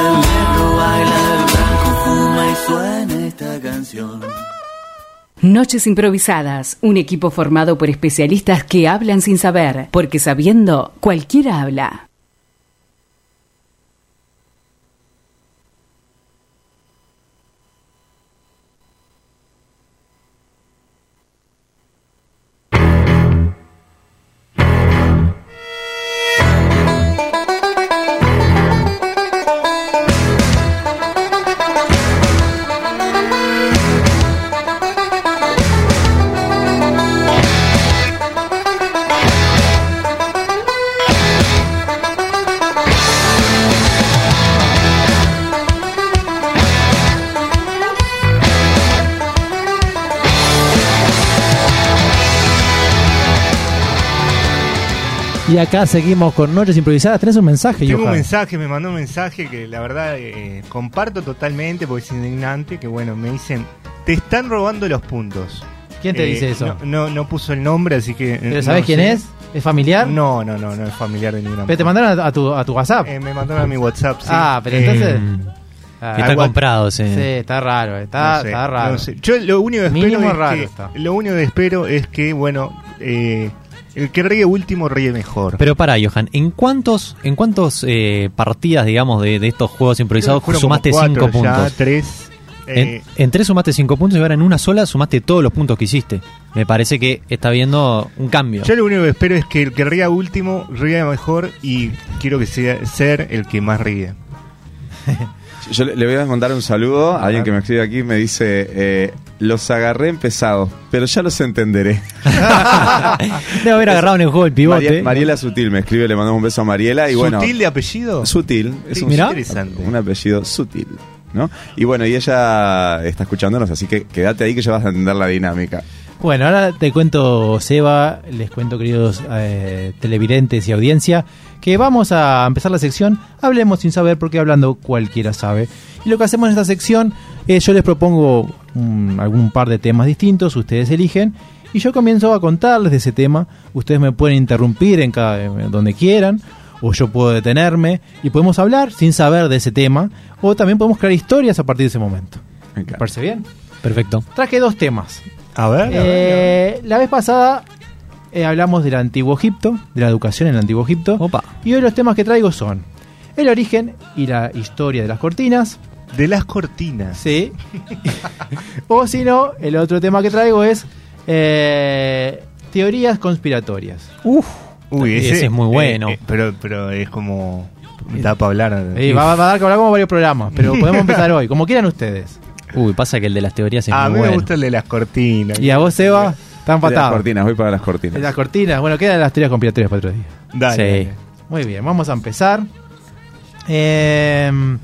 G: el negro baila, el blanco fuma y suena esta canción.
K: Noches improvisadas, un equipo formado por especialistas que hablan sin saber, porque sabiendo, cualquiera habla.
E: Y acá seguimos con Noches Improvisadas. ¿Tenés un mensaje,
A: Tengo un
E: Johan?
A: mensaje, me mandó un mensaje que la verdad eh, comparto totalmente porque es indignante. Que bueno, me dicen, te están robando los puntos.
E: ¿Quién te
A: Eh,
E: dice eso?
A: No, no, no puso el nombre, así que. eh,
E: ¿Pero
A: no
E: sabés quién
A: sé.
E: es? ¿Es familiar?
A: No, no, no, no es familiar de ninguna
E: Pero te mandaron a, a tu, a tu WhatsApp.
A: Eh, me mandaron a mi WhatsApp, sí.
E: Ah, pero
A: Eh,
E: entonces. Ah,
A: Al
B: Están
A: guan-
B: comprados,
E: sí,
B: eh.
E: está raro, está,
A: no sé,
E: está raro.
A: no sé. Yo lo único que
E: Mínimo
A: espero es
E: raro
A: que,
E: está.
A: lo único que espero es que, bueno, eh, el que ríe último ríe mejor.
B: Pero para, Johan, ¿en cuántos, en cuántos eh, partidas, digamos, de, de estos juegos improvisados
A: Fueron como
B: sumaste
A: cuatro
B: cinco
A: ya,
B: puntos?
A: tres. eh,
B: En, en tres sumaste cinco puntos y ahora en una sola sumaste todos los puntos que hiciste. Me parece que está habiendo un cambio.
A: Yo lo único que espero es que el que ría último ría mejor y quiero que sea ser el que más ríe.
C: Yo le le voy a mandar un saludo a alguien que me escribe aquí. Me dice: eh, Los agarré empezados, pero ya los entenderé.
B: Debe haber agarrado en el juego el pivote.
C: Marie- Mariela Sutil me escribe, le mandamos un beso a Mariela. Y bueno,
A: ¿Sutil de apellido?
C: Sutil. Es un,
B: Mirá.
A: Interesante.
C: un apellido sutil. ¿no? Y bueno, y ella está escuchándonos, así que quédate ahí que ya vas a entender la dinámica.
E: Bueno, ahora te cuento, Seba, les cuento, queridos eh, televidentes y audiencia, que vamos a empezar la sección Hablemos sin saber, porque hablando cualquiera sabe. Y lo que hacemos en esta sección es yo les propongo mm, algún par de temas distintos, ustedes eligen, y yo comienzo a contarles de ese tema. Ustedes me pueden interrumpir en cada, en donde quieran, o yo puedo detenerme y podemos hablar sin saber de ese tema o también podemos crear historias a partir de ese momento. ¿Te parece bien?
B: Perfecto.
E: Traje dos temas.
A: A ver. a ver.
E: Eh, la vez pasada eh, hablamos del Antiguo Egipto, de la educación en el Antiguo Egipto. Y hoy los temas que traigo son el origen y la historia de las cortinas.
A: De las cortinas.
E: Sí. [LAUGHS] o si no, el otro tema que traigo es eh, teorías conspiratorias.
B: Uf. Uy, ese, es muy
A: eh,
B: bueno.
A: eh, pero, pero es como. Da para hablar.
E: Eh, va, va a dar que hablar como varios programas,
A: [LAUGHS]
E: pero podemos empezar hoy, como quieran ustedes.
B: Uy, pasa que el de las teorías es
A: a mí
B: muy
A: me
B: bueno.
A: gusta el de las cortinas.
E: Y a vos, Seba, están
C: De las
E: patados.
C: cortinas, voy para las cortinas.
E: Las cortinas, bueno, quedan las teorías conspiratorias para otro día.
A: Dale,
B: Sí.
A: dale.
E: Muy bien, vamos a empezar. Em,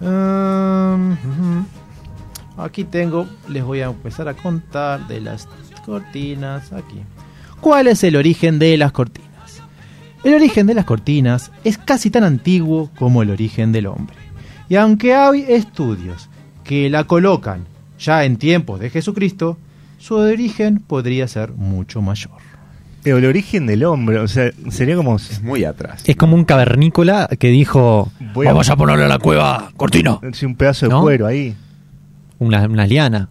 E: em, ujú. aquí tengo, les voy a empezar a contar de las cortinas. Aquí. ¿Cuál es el origen de las cortinas? El origen de las cortinas es casi tan antiguo como el origen del hombre. Y aunque hay estudios que la colocan ya en tiempos de Jesucristo, su origen podría ser mucho mayor.
A: Pero el origen del hombre, o sea, sería como. si-
C: Muy atrás.
B: Es como un cavernícola que dijo:
A: Voy a-
B: Vamos a ponerle a la cueva, cortino.
A: si un pedazo de
B: ¿No?
A: cuero ahí.
B: Una, una liana.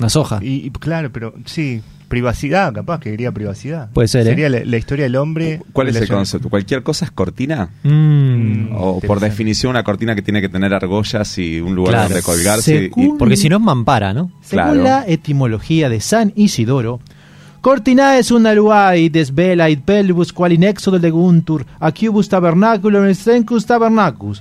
B: Unas hojas.
A: Y, y claro, pero sí, privacidad, capaz que quería privacidad.
B: Puede ser, ¿eh?
A: Sería la, la historia del hombre.
C: ¿Cuál es el
A: relacionado-
C: concepto? ¿Cualquier cosa es cortina?
B: Mm,
C: O por
A: Interesante.
C: definición una cortina que tiene que tener argollas y un lugar
B: Claro.
C: donde colgarse. y-
E: Según-
B: porque si no es mampara, ¿no?
E: Según
C: Claro.
E: la etimología de San Isidoro, Cortina es una luai desvela id pelvus qual in exodo leguntur, acubus tabernaculum et sencus tabernacus.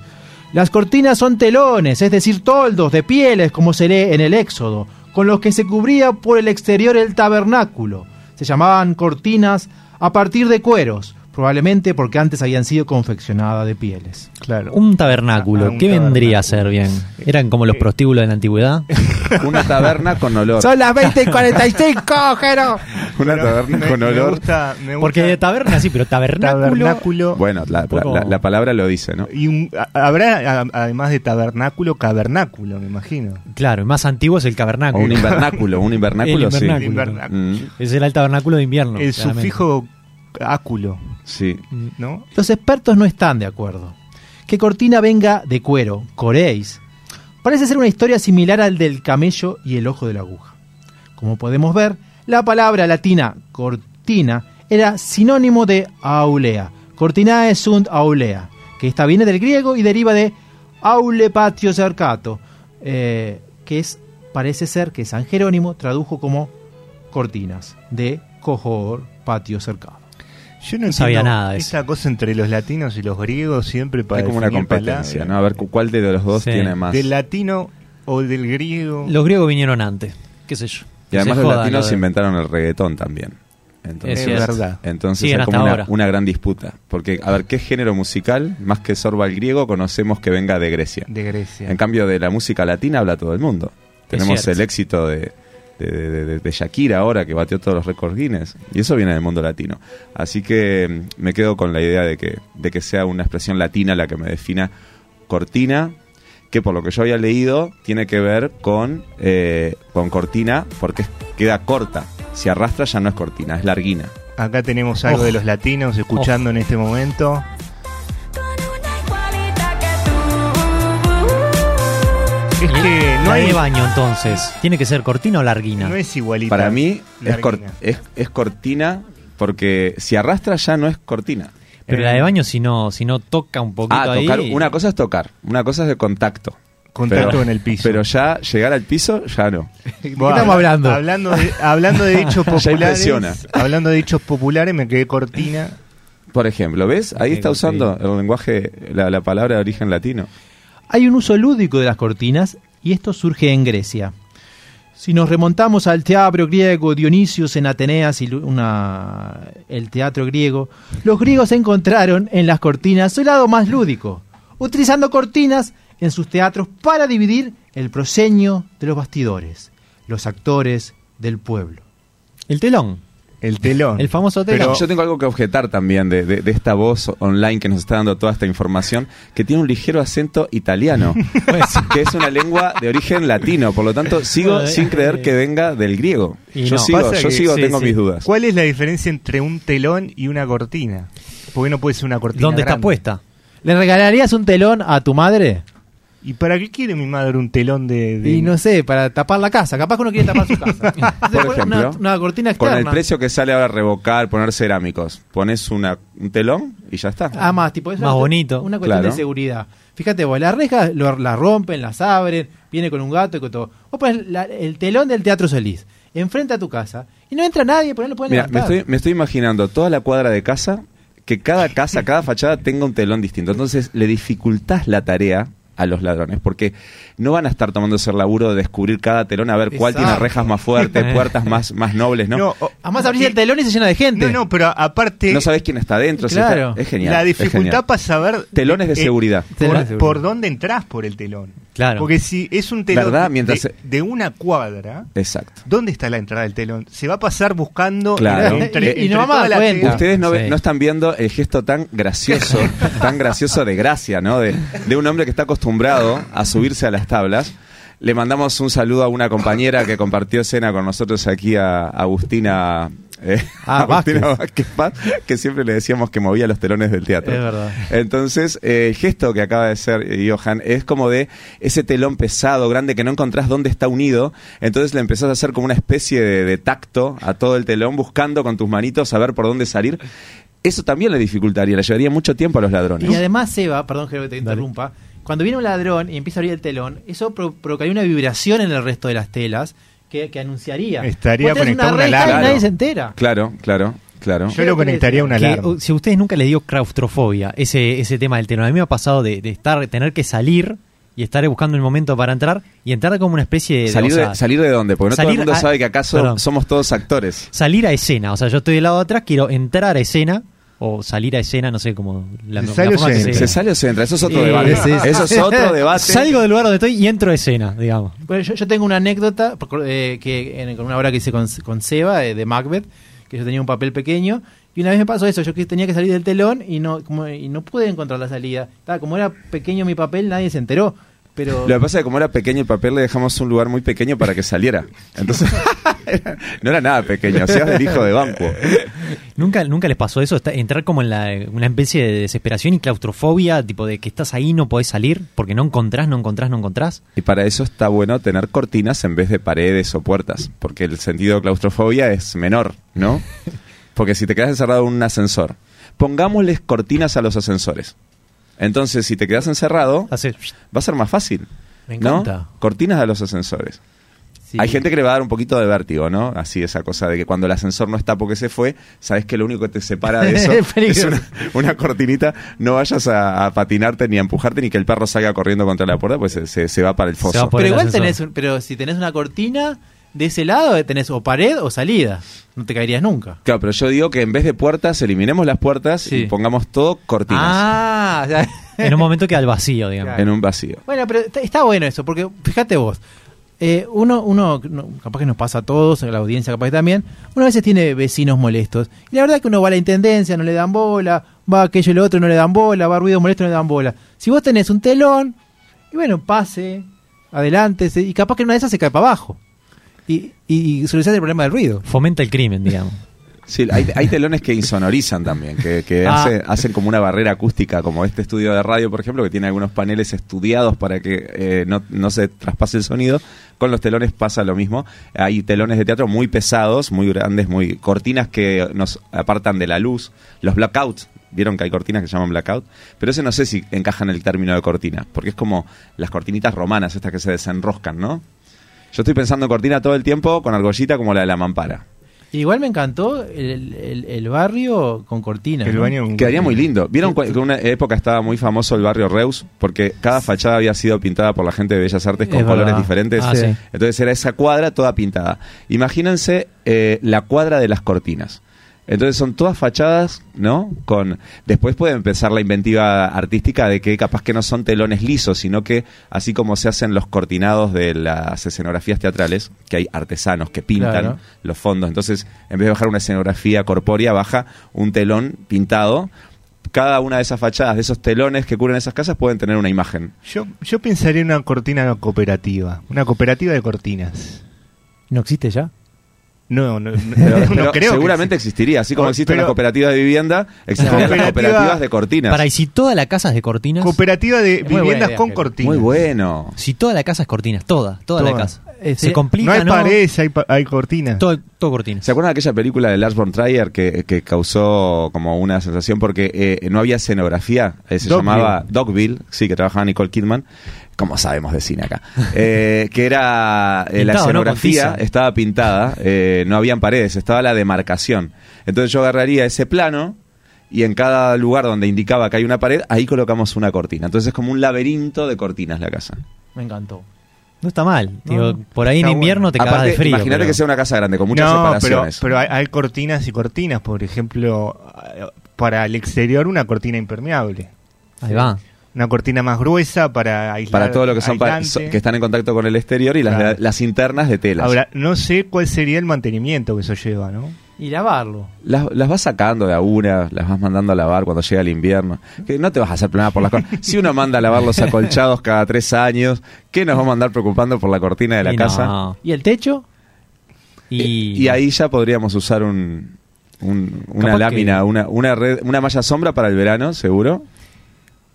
E: Las cortinas son telones, es decir, toldos de pieles, como se lee en el Éxodo, con los que se cubría por el exterior el tabernáculo. Se llamaban cortinas a partir de cueros, probablemente porque antes habían sido confeccionadas de pieles.
A: Claro.
B: Un tabernáculo.
A: Ah, un
B: ¿Qué vendría
A: tabernáculo.
B: a ser bien? ¿Eran como los prostíbulos de la antigüedad?
C: [LAUGHS] Una taberna con olor.
E: Son las 20 y 45, Jero.
C: [LAUGHS] Una
A: Pero
C: taberna
A: me-
C: con
A: me
C: olor.
A: gusta- me gusta
B: Porque de Eh, taberna sí, pero tabernáculo.
A: tabernáculo.
C: Bueno, la, la-
B: poco-
C: la- la palabra lo dice, ¿no?
A: Y un- a- habrá, a- además de tabernáculo, cavernáculo, me imagino.
B: Claro, y más antiguo es el
C: O
B: cavernáculo. [LAUGHS]
C: un invernáculo, un invernáculo,
B: El
C: sí.
B: invernáculo.
C: Mm,
B: Ese era el tabernáculo de invierno.
A: El
B: claramente.
A: sufijo áculo,
C: sí.
A: ¿no?
E: Los expertos no están de acuerdo. Que cortina venga de cuero, coreis, parece ser una historia similar al del camello y el ojo de la aguja. Como podemos ver, la palabra latina cortina era sinónimo de aulea. Cortinae sunt aulea, que esta viene del griego y deriva de aule patio cercato, eh, que es, parece ser que San Jerónimo tradujo como cortinas, de cojor patio cercado.
A: Yo no,
B: sabía
A: entiendo
B: nada de eso.
A: Esta cosa entre los latinos y los griegos siempre para
C: Hay como una
A: definir
C: competencia,
A: palabras.
C: ¿no? A ver cu- cuál de los dos
B: Sí.
C: tiene más.
A: Del latino o del griego.
B: Los griegos vinieron antes. ¿Qué sé yo?
C: Y además
B: Se
C: los
B: jodan
C: latinos
B: lo de-
C: inventaron el reggaetón también.
A: es
C: Entonces,
B: cierto.
A: verdad.
C: entonces
B: Siguen
C: hay como
B: hasta
C: una,
B: ahora.
C: una gran disputa. Porque, a ver, ¿qué género musical, más que sorba el griego, conocemos que venga de Grecia?
A: De Grecia.
C: En cambio, de la música latina habla todo el mundo. Tenemos
B: cierto.
C: el éxito de, de- de- de- de Shakira ahora, que batió todos los récords Guinness. Y eso viene del mundo latino. Así que mm, me quedo con la idea de que, de que sea una expresión latina la que me defina cortina, que por lo que yo había leído, tiene que ver con, eh, con cortina, porque queda corta. Si arrastra ya no es cortina, es larguina.
A: Acá tenemos algo
B: Ojo.
A: de los latinos escuchando en este momento. Es que no
B: la
A: hay
B: de baño entonces. ¿Tiene que ser cortina o larguina?
A: no es igualita.
C: Para mí es, cor-
A: Larguina.
C: es, es cortina, porque si arrastra ya no es cortina.
B: Pero la de baño si no, si no toca un poquito
C: Ah,
B: ahí-
C: tocar. Una cosa es tocar, una cosa es de contacto.
A: Contacto
C: Pero-
A: en el piso.
C: Pero ya llegar al piso, ya no.
A: ¿De qué
E: estamos hablando?
A: Hablando de,
B: [LAUGHS]
A: hablando de hechos populares.
C: impresiona.
A: hablando de hechos populares, me quedé cortina.
C: Por ejemplo, ¿ves? Ahí
B: Ok,
C: está
B: ok.
C: usando el lenguaje, la, la palabra de origen latino.
E: Hay un uso lúdico de las cortinas y esto surge en Grecia. Si nos remontamos al teatro griego, Dionisios en Ateneas y una, el teatro griego, los griegos encontraron en las cortinas su lado más lúdico, utilizando cortinas en sus teatros para dividir el proscenio de los bastidores, los actores del pueblo.
B: El telón.
A: El telón.
B: El famoso telón.
C: Pero yo tengo algo que objetar también de, de- de esta voz online que nos está dando toda esta información, que tiene un ligero acento italiano, que es una lengua de origen latino. Por lo tanto, sigo
B: Bueno,
C: sin
B: eh,
C: creer que venga del griego.
B: y
C: Yo
B: no.
C: sigo,
A: Pasa
C: yo
A: que-
C: sigo,
B: sí,
C: tengo
B: sí.
C: mis dudas.
A: ¿Cuál es la diferencia entre un telón y una cortina? porque no puede ser una cortina.
B: ¿Dónde está
A: grande.
B: puesta?
E: ¿Le regalarías un telón a tu madre?
A: ¿Y para qué quiere mi madre un telón de.? de-
E: Y no sé, para tapar la casa. Capaz que uno quiere
A: [LAUGHS]
E: tapar su casa. Entonces,
C: Por
E: una-
C: ejemplo,
E: una, cortina
C: Con
E: externa.
C: el precio que sale ahora revocar, poner cerámicos, pones una, un telón y ya está.
E: Ah, más, tipo, es
B: Más
E: una-
B: bonito.
E: Una cuestión
C: Claro.
E: de seguridad. Fíjate vos, las rejas lo- las rompen, las abren, viene con un gato y con todo. Vos pones la- el telón del Teatro Solís, enfrente a tu casa, y no entra nadie, pero no lo pueden
C: Mira, me
E: levantar.
C: estoy, me estoy imaginando toda la cuadra de casa, que cada casa, cada fachada tenga un telón distinto. Entonces le dificultás la tarea a los ladrones, porque no van a estar tomándose el laburo de descubrir cada telón, a ver cuál
E: Exacto.
C: tiene rejas más
A: [LAUGHS]
C: fuertes, puertas más, más nobles, ¿no?
A: No,
C: No,
A: o-
E: Además abrís el telón y se llena de gente.
A: no, no, pero aparte.
C: sabés quién está adentro. o sea,
E: Claro.
C: está- es genial.
A: la
C: es
A: dificultad
C: genial.
A: para saber. eh,
C: Telones de seguridad.
E: Telones de
A: Por,
E: seguridad.
A: por dónde entras por el telón.
B: Claro.
A: Porque si es un telón
C: Ah, ¿Verdad?
A: de-
C: Mientras
A: de,
C: se-
A: de una cuadra,
C: Exacto.
A: ¿dónde está la entrada del telón? Se va a pasar buscando
C: Claro.
A: entre,
E: [LAUGHS] Y- y
A: entre
E: no vamos a
A: toda
E: dar
A: la
E: cuenta.
A: tela.
C: Ustedes no, ve-
B: Sí.
C: no están viendo el gesto tan gracioso, tan gracioso de gracia, ¿no? De, de un hombre que está acostumbrado a subirse a las tablas. Le mandamos un saludo a una compañera que compartió escena con nosotros aquí, a Agustina, eh,
E: Ah,
C: [LAUGHS] Agustina Vázquez Paz, que siempre le decíamos que movía los telones del teatro.
E: Es verdad.
C: Entonces, eh, el gesto que acaba de hacer eh, Johan es como de ese telón pesado, grande, que no encontrás dónde está unido. Entonces le empezás a hacer como una especie de, de tacto a todo el telón, buscando con tus manitos saber por dónde salir. Eso también le dificultaría, le llevaría mucho tiempo a los ladrones.
E: Y además, Seba, perdón Jero, que te interrumpa, cuando viene un ladrón y empieza a abrir el telón, eso pro- provocaría una vibración en el resto de las telas que, que anunciaría.
A: Estaría
E: Vos tenés
A: conectado
E: una
A: a una
E: reja
C: alarma.
E: y nadie se entera.
C: Claro, claro, claro.
A: Yo lo conectaría a una
B: Que,
A: alarma.
B: uh, si a ustedes nunca les dio claustrofobia, ese, ese tema del telón, a mí me ha pasado de, de estar, tener que salir y estar buscando el momento para entrar y entrar como una especie de.
C: ¿Salir,
B: o sea,
C: de, ¿Salir de dónde? Porque no todo el
B: salir
C: mundo
B: a-
C: sabe que acaso
B: Perdón.
C: somos todos actores.
B: salir a escena. O sea, yo estoy del lado de atrás, quiero entrar a escena o salir a escena, no sé cómo. La,
A: Se
B: la
A: sale o
B: forma
A: se
B: que
A: entra.
B: sea.
C: ¿Se sale o se entra? Eso es otro
B: Eh,
C: debate.
B: sí, sí.
C: Eso es otro debate.
B: Salgo del lugar donde estoy y entro a escena, digamos.
E: Bueno, yo, yo tengo una anécdota por- eh, que en, con una obra que hice con, con Seba eh, de Macbeth, que yo tenía un papel pequeño. Y una vez me pasó eso, yo que tenía que salir del telón y no como- y no pude encontrar la salida. Estaba- como era pequeño mi papel, nadie se enteró. Pero
C: Lo que pasa es que como era pequeño el papel, le dejamos un lugar muy pequeño para que saliera. Entonces, [LAUGHS] no era nada pequeño, hacías del hijo de Banco.
B: ¿Nunca, nunca les pasó eso? Está- entrar como en la, una especie de desesperación y claustrofobia, tipo de que estás ahí y no podés salir porque no encontrás, no encontrás, no encontrás.
C: Y para eso está bueno tener cortinas en vez de paredes o puertas, porque el sentido de claustrofobia es menor, ¿no? Porque si te quedas encerrado en un ascensor, pongámosles cortinas a los ascensores. Entonces, si te quedas encerrado,
B: Haces-
C: va a ser más fácil.
E: Me
C: ¿no?
E: encanta.
C: Cortinas a los ascensores.
E: sí.
C: Hay gente que le va a dar un poquito de vértigo, ¿no? Así esa cosa de que cuando el ascensor no está porque se fue, sabes que lo único que te separa de eso
E: Es
C: es
E: peligroso.
C: una, una cortinita. No vayas a, a patinarte ni a empujarte ni que el perro salga corriendo contra la puerta, pues se, se- se va para el foso.
B: va por
E: pero
B: el
E: igual
B: ascensor.
E: tenés, un- pero si tenés una cortina de ese lado, eh, tenés o pared o salida. No te caerías nunca.
C: Claro, pero yo digo que en vez de puertas, eliminemos las puertas
E: Sí.
C: y pongamos todo cortinas
E: Ah, o [LAUGHS] sea,
B: En un momento queda al vacío, digamos.
C: en un vacío.
E: Bueno, pero está, está bueno eso, porque fíjate vos, eh, uno, uno no, capaz que nos pasa a todos, a la audiencia capaz que también, uno a veces tiene vecinos molestos. Y la verdad que uno va a la intendencia, no le dan bola, va a aquello y lo otro, no le dan bola, va a ruido molesto, no le dan bola. Si vos tenés un telón, y bueno, pase, adelante, se- y capaz que en una de esas se cae para abajo. Y, y, y solucionás el problema del ruido.
B: Fomenta el crimen, digamos.
C: Sí, hay, hay telones que insonorizan también, que, que
E: Ah.
C: hace- hacen como una barrera acústica, como este estudio de radio, por ejemplo, que tiene algunos paneles estudiados para que eh, no, no se traspase el sonido. Con los telones pasa lo mismo. Hay telones de teatro muy pesados, muy grandes, muy cortinas que nos apartan de la luz. Los blackouts, vieron que hay cortinas que se llaman blackout, pero ese no sé si encaja en el término de cortina, porque es como las cortinitas romanas, estas que se desenroscan, ¿no? Yo estoy pensando en cortina todo el tiempo con argollita como la de la mampara.
E: Igual me encantó el, el- el barrio con cortinas.
A: El
E: ¿no?
A: baño-
C: Quedaría muy lindo. ¿Vieron cua- que en una época estaba muy famoso el barrio Reus? Porque cada fachada había sido pintada por la gente de Bellas Artes con
E: Es
C: colores
E: verdad.
C: diferentes.
B: Ah, sí.
C: Entonces era esa cuadra toda pintada. Imagínense eh, la cuadra de las cortinas. Entonces son todas fachadas, ¿no? Con después puede empezar la inventiva artística de que capaz que no son telones lisos, sino que así como se hacen los cortinados de las escenografías teatrales, que hay artesanos que pintan
E: Claro.
C: los fondos. Entonces, en vez de bajar una escenografía corpórea, baja un telón pintado. Cada una de esas fachadas, de esos telones que cubren esas casas, pueden tener una imagen.
A: Yo, yo pensaría en una cortina cooperativa. Una cooperativa de cortinas.
E: ¿No existe ya?
A: No, no, no,
C: Pero-
A: [LAUGHS] no
C: pero
A: creo. que
C: seguramente
A: exista.
C: existiría, así como
A: Oh,
C: existen
A: pero-
C: las cooperativas de vivienda, existen
A: Cooperativa-
C: las cooperativas de cortinas.
B: Para, y si toda la casa es de cortinas.
A: Cooperativa de
B: Es muy buena
A: viviendas
B: idea,
A: con
B: Ángel.
A: cortinas.
C: Muy bueno.
B: Si toda la casa es cortinas, toda, toda, la
A: Toda.
B: casa.
E: Eh,
B: Se
E: sí.
B: complica,
A: Este, no hay
B: ¿no?
A: paredes, hay, pa- hay cortinas.
B: Todo, todo cortinas.
C: ¿Se acuerdan de aquella película de Lars von Trier que, que causó como una sensación porque eh, no había escenografía? Eh, se
A: Dogville.
C: llamaba Dogville, sí, que trabajaba Nicole Kidman. Como sabemos de cine acá. Eh, que era. eh,
B: Pintado,
C: la
B: ¿no? Con
C: escenografía
B: tiza.
C: estaba pintada, eh, no habían paredes, estaba la demarcación. Entonces yo agarraría ese plano y en cada lugar donde indicaba que hay una pared, ahí colocamos una cortina. Entonces es como un laberinto de cortinas la casa.
E: Me encantó.
B: No está mal. Digo,
A: no,
B: por ahí en
A: está
B: invierno te cagas
C: Aparte,
B: de frío.
C: Imagínate
B: pero-
C: que sea una casa grande, con muchas
A: no, pero,
C: separaciones.
A: pero hay, hay cortinas y cortinas. Por ejemplo, para el exterior una cortina impermeable.
B: Ahí va.
A: Una cortina más gruesa para aislar.
C: para todo lo que son pa-
A: aislante.
C: so- que están en contacto con el exterior y las,
A: Claro.
C: las internas de telas.
A: Ahora, no sé cuál sería el mantenimiento que eso lleva, ¿no?
E: Y lavarlo.
C: las, las vas sacando de a una, las vas mandando a lavar cuando llega el invierno. Que no te vas a hacer problema
B: [LAUGHS]
C: por las cosas. Si uno manda a lavar los acolchados cada tres años, ¿qué nos vamos a andar preocupando por la cortina de la
B: Y no.
C: casa?
E: ¿Y el techo?
B: Y,
C: Y ahí ya podríamos usar un, un- una
B: Capaz
C: lámina,
B: que-
C: una, una red, una malla sombra para el verano, seguro.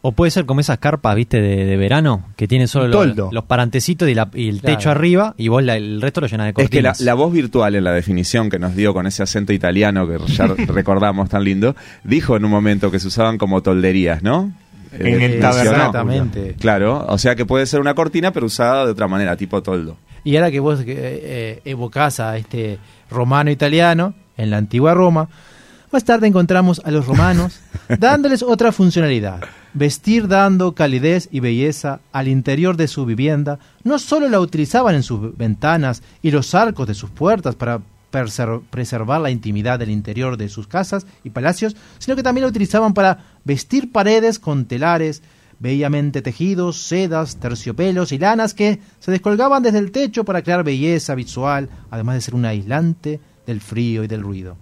B: O puede ser como esas carpas, viste, de, de verano, que tienen solo
A: Un toldo.
B: los, los parantecitos y, la- y el
E: Claro.
B: techo arriba, y vos la- el resto lo llenas de
C: Es que la,
B: cortinas.
C: la voz virtual en la definición que nos dio con ese acento italiano que ya recordamos tan lindo, dijo en un momento que se usaban como tolderías, ¿no? Eh,
A: En el
C: mencionó.
A: tabernáculo.
E: Exactamente.
C: Claro, o sea que puede ser una cortina pero usada de otra manera, tipo toldo.
E: Y ahora que vos eh, eh, evocás a este romano italiano en la antigua Roma, más tarde encontramos a los romanos dándoles otra funcionalidad. Vestir dando calidez y belleza al interior de su vivienda, no solo la utilizaban en sus ventanas y los arcos de sus puertas para perser- preservar la intimidad del interior de sus casas y palacios, sino que también la utilizaban para vestir paredes con telares, bellamente tejidos, sedas, terciopelos y lanas que se descolgaban desde el techo para crear belleza visual, además de ser un aislante del frío y del ruido.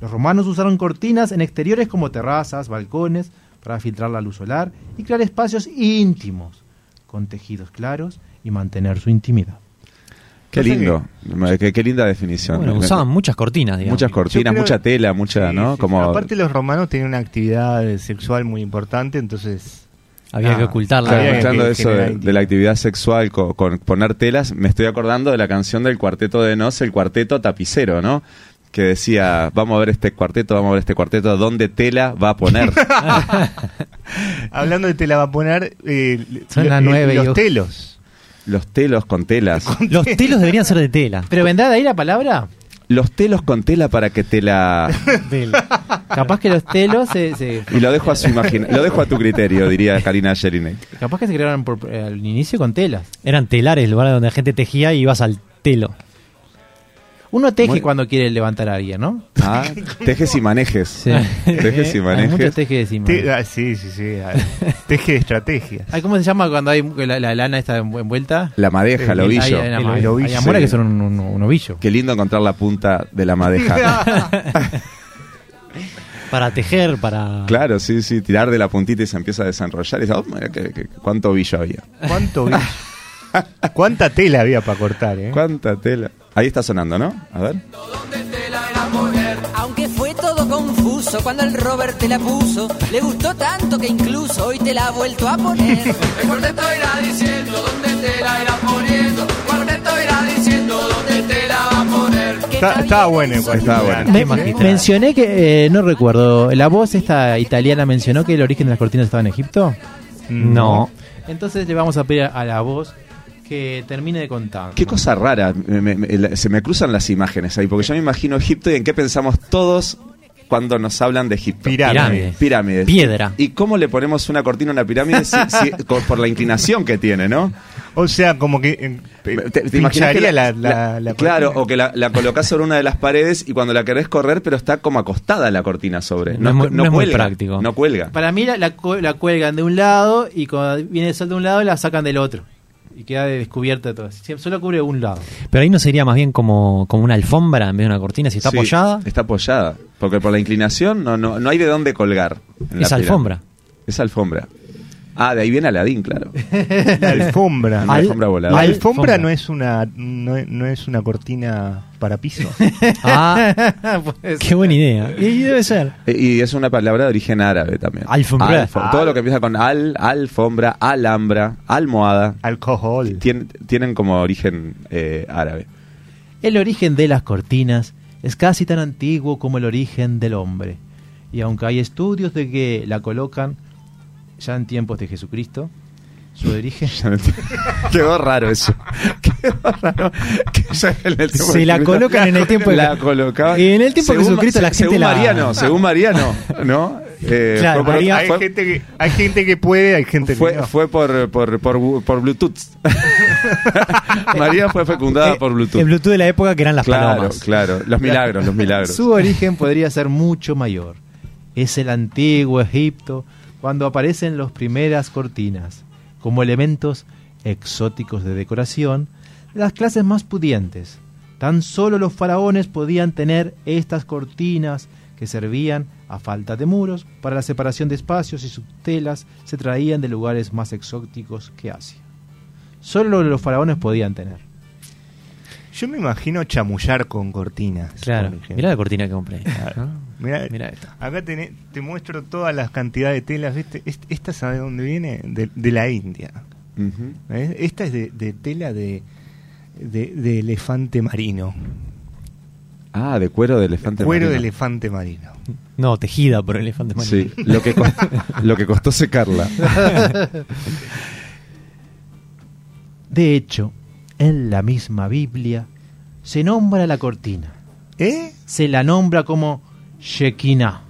E: Los romanos usaron cortinas en exteriores como terrazas, balcones, para filtrar la luz solar y crear espacios íntimos, con tejidos claros y mantener su intimidad.
C: Qué
A: Pasa
C: lindo, Me- qué, qué linda definición.
B: Bueno,
C: Me- me-
B: usaban muchas cortinas, digamos.
C: muchas cortinas,
A: Yo creo-
C: mucha tela, mucha,
A: Sí,
C: ¿no?
A: sí,
C: Como
A: Aparte los romanos tenían una actividad eh, sexual muy importante, entonces...
B: Había
A: Ah,
B: que ocultarla.
C: Claro,
A: Había que
C: escuchando eso
A: generar
C: de, de la actividad sexual co- con, poner telas, me estoy acordando de la canción del cuarteto de Nos, el cuarteto tapicero, ¿no? Que decía, vamos a ver este cuarteto, vamos a ver este cuarteto, ¿dónde tela va
B: [LAUGHS]
C: a poner?
A: Hablando de te la va a poner... eh,
E: Son
A: lo-
E: las
A: eh,
E: nueve,
A: Los
E: yo.
A: telos.
C: Los telos con telas.
B: Los telos deberían ser de tela.
E: Pero vendrá de ahí la [LAUGHS] palabra.
C: Los telos con tela para que te la...
E: Capaz que los telos se, se-
C: Y lo dejo a su imagina lo dejo a tu criterio, diría Karina Jelinek.
E: capaz que se crearon por- eh, al inicio con telas.
B: Eran telares, el lugar donde la gente tejía y ibas al telo.
E: Uno teje
C: Muy-
E: cuando quiere levantar a alguien,
C: [LAUGHS]
E: ¿no?
C: Ah, tejes y manejes. Tejes y
E: Hay muchos
C: manejes.
E: tejes de
A: Te- ah, sí, sí, sí. ah, Teje de estrategias.
E: Ay, ¿Cómo se llama cuando hay la, la lana está envu- envuelta?
C: La madeja, el ovillo.
E: Hay, hay,
A: El
E: hay-
A: ovillo.
E: hay amoras
C: Sí.
E: que son un, un- un ovillo. Ah.
C: Qué lindo encontrar la punta de la
E: [LAUGHS]
C: madeja.
B: Para tejer, para.
C: Claro, sí, sí, tirar de la puntita y se empieza a desenrollar. Y, oh, mira que- que- ¿Cuánto ovillo había?
A: ¿Cuánto vi- ¿Cuánta tela había para cortar, eh?
C: ¿Cuánta tela? Ahí está sonando, ¿no? A ver.
D: Aunque fue todo confuso cuando el Robert te la puso, le gustó tanto que incluso hoy te la ha vuelto a poner.
I: [LAUGHS] El cuarteto irá diciendo dónde te la irá poniendo. Cuarteto irá diciendo dónde te la va a poner.
D: Que
A: Está- estaba bueno el cuarteto.
C: Estaba bueno.
E: Me-
B: magistral.
E: mencioné que, eh, no recuerdo, la voz esta italiana mencionó que el origen de las cortinas estaba en Egipto.
B: No.
E: Entonces le vamos a pedir a la voz que termine de contar.
C: Qué cosa rara. me- me- me- la- se me cruzan las imágenes ahí, porque yo me imagino Egipto y en qué pensamos todos cuando nos hablan de Egipto.
A: Pirámides.
B: Pirámides.
C: Pirámides.
B: Piedra.
C: ¿Y cómo le ponemos una cortina a una pirámide si- si-
B: [LAUGHS]
C: co- por la inclinación que tiene, no?
A: O sea, como que... eh,
C: imaginas que
A: pincharía la, la- la
C: Claro,
A: cortina.
C: o que la, la colocás sobre una de las paredes y cuando la querés correr, pero está como acostada la cortina sobre.
B: No es muy- no es muy
C: cuelga,
B: práctico.
C: No cuelga.
E: Para mí la, la cu- la cuelgan de un lado y cuando viene el sol de un lado la sacan del otro. Y queda descubierta todo. Sie- Solo cubre un lado.
B: Pero ahí no sería más bien como, como una alfombra en vez de una cortina, si está
C: Sí,
B: apoyada.
C: Está apoyada. Porque por la inclinación no, no, no hay de dónde colgar. en la
B: Es
C: pila.
B: alfombra.
C: Es alfombra. Ah, de ahí viene Aladín, claro.
A: La alfombra.
C: La alfombra voladora.
A: La alfombra no es una no, es- no es una cortina para piso.
B: [LAUGHS]
C: [LAUGHS]
B: Ah, qué buena idea. Y debe ser.
C: Eh, Y es una palabra de origen árabe también.
B: Alfombra.
C: Alfo- todo lo que empieza con al, alfombra, alhambra, almohada. Alcohol. tienen como origen eh, árabe.
E: El origen de las cortinas es casi tan antiguo como el origen del hombre. Y aunque hay estudios de que la colocan ya en tiempos de Jesucristo, su
C: [LAUGHS]
E: origen...
C: Quedó raro eso. Quedó raro. [LAUGHS] Que ya en el tiempo
E: Se
C: de
E: la
C: Jesucristo-
E: colocan en el tiempo de-
C: La colocaban.
B: En el tiempo de Jesucristo la gente
C: según
B: la-
C: Mariano, según Mariano, ¿no? Eh,
A: Claro,
C: fue por-
A: hay,
C: fue-
A: gente que, hay gente que puede, hay gente
C: Fue,
A: que no.
C: fue por, por, por, por Bluetooth. María fue fecundada por
B: El
C: Bluetooth.
B: Bluetooth de la época que eran las
C: Claro,
B: palomas.
C: claro. Los milagros, los milagros.
E: Su origen podría ser mucho mayor. Es el antiguo Egipto, cuando aparecen las primeras cortinas, como elementos exóticos de decoración de las clases más pudientes. Tan solo los faraones podían tener estas cortinas que servían, a falta de muros, para la separación de espacios y sus telas se traían de lugares más exóticos que Asia. Solo los faraones podían tener.
A: Yo me imagino chamullar con cortinas.
B: Claro.
A: por ejemplo.
B: Mirá la cortina que compré.
A: Mirá,
B: Mirá esta.
A: Acá tené- te muestro todas las cantidades de telas. ¿viste? Est- Esta, sabe dónde viene? De, de la India.
C: Ujú.
A: ¿Ves? Esta es de, de tela de, de, de elefante marino.
C: Ah, de cuero de elefante.
A: Cuero de
C: marino.
A: elefante marino.
B: No, tejida por elefante marino.
C: Sí, lo
B: [LAUGHS]
C: que, cos- lo que costó secarla.
E: De hecho, en la misma Biblia se nombra la cortina.
A: ¿Eh?
E: Se la nombra como Shekinah.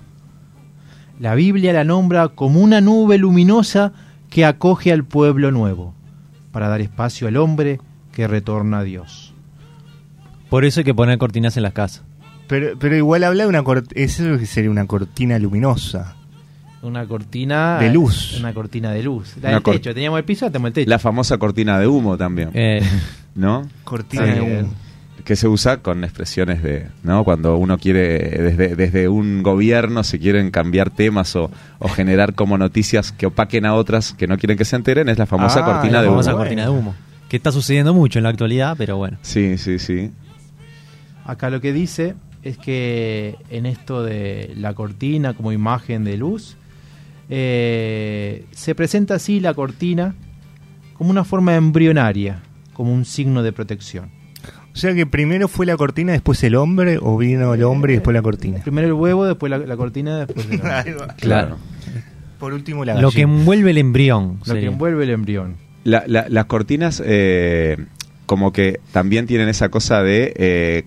E: La Biblia la nombra como una nube luminosa que acoge al pueblo nuevo, para dar espacio al hombre que retorna a Dios.
B: Por eso hay que poner cortinas en las casas.
A: Pero, pero igual habla de una cortina. Eso que sería una cortina luminosa.
E: Una cortina
A: De luz.
E: Una cortina de luz. La
C: Una
E: del
C: cor-
E: techo. Teníamos el piso, tenemos el techo.
C: La famosa cortina de humo también,
B: Eh,
C: [LAUGHS] ¿no?
A: Cortina
E: Sí.
A: de humo.
C: Que se usa con expresiones de, ¿no? Cuando uno quiere, desde, desde un gobierno se quieren cambiar temas o, o generar como noticias que opaquen a otras que no quieren que se enteren, es la famosa
A: Ah,
C: cortina
A: la
C: de
B: famosa
C: humo.
B: cortina de humo. Que está sucediendo mucho en la actualidad, pero bueno.
C: Sí, sí, sí.
E: Acá lo que dice es que en esto de la cortina como imagen de luz, eh, se presenta así la cortina como una forma embrionaria, como un signo de protección.
A: O sea que primero fue la cortina, después el hombre, o vino el hombre y después la cortina.
E: Primero el huevo, después la, la cortina, después
A: [LAUGHS]
E: el
A: Ahí va.
C: Claro.
A: Por último, la
B: Lo que
A: gallina.
B: envuelve el em- embrión.
E: lo que
B: sería.
E: envuelve el embrión.
C: La- la- las cortinas eh, como que también tienen esa cosa de eh,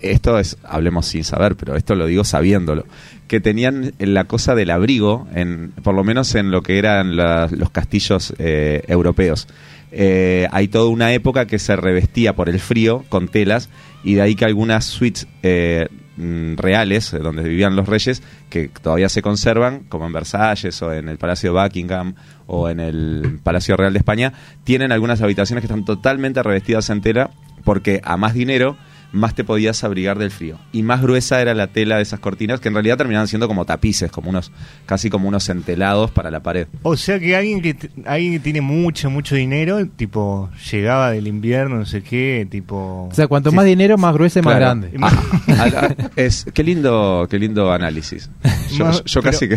C: esto es hablemos sin saber pero esto lo digo sabiéndolo que tenían la cosa del abrigo en por lo menos en lo que eran la- los castillos eh, europeos Eh, hay toda una época que se revestía por el frío con telas y de ahí que algunas suites eh, mm, reales eh, donde vivían los reyes que todavía se conservan como en Versalles o en el Palacio de Buckingham o en el Palacio Real de España tienen algunas habitaciones que están totalmente revestidas en tela porque a más dinero más te podías abrigar del frío y más gruesa era la tela de esas cortinas que en realidad terminaban siendo como tapices como unos casi como unos entelados para la pared
A: O sea que alguien que t- alguien que tiene mucho, mucho dinero, tipo, llegaba del invierno, no sé qué, tipo...
E: O sea, cuanto
A: Sí.
E: más dinero, más gruesa y más
C: Claro.
E: grande.
C: [LAUGHS] Ah,
E: [LAUGHS]
C: ah, ah, es, qué lindo, qué lindo análisis. Yo,
A: Más-
C: yo casi que,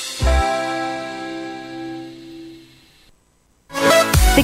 F: ¿Te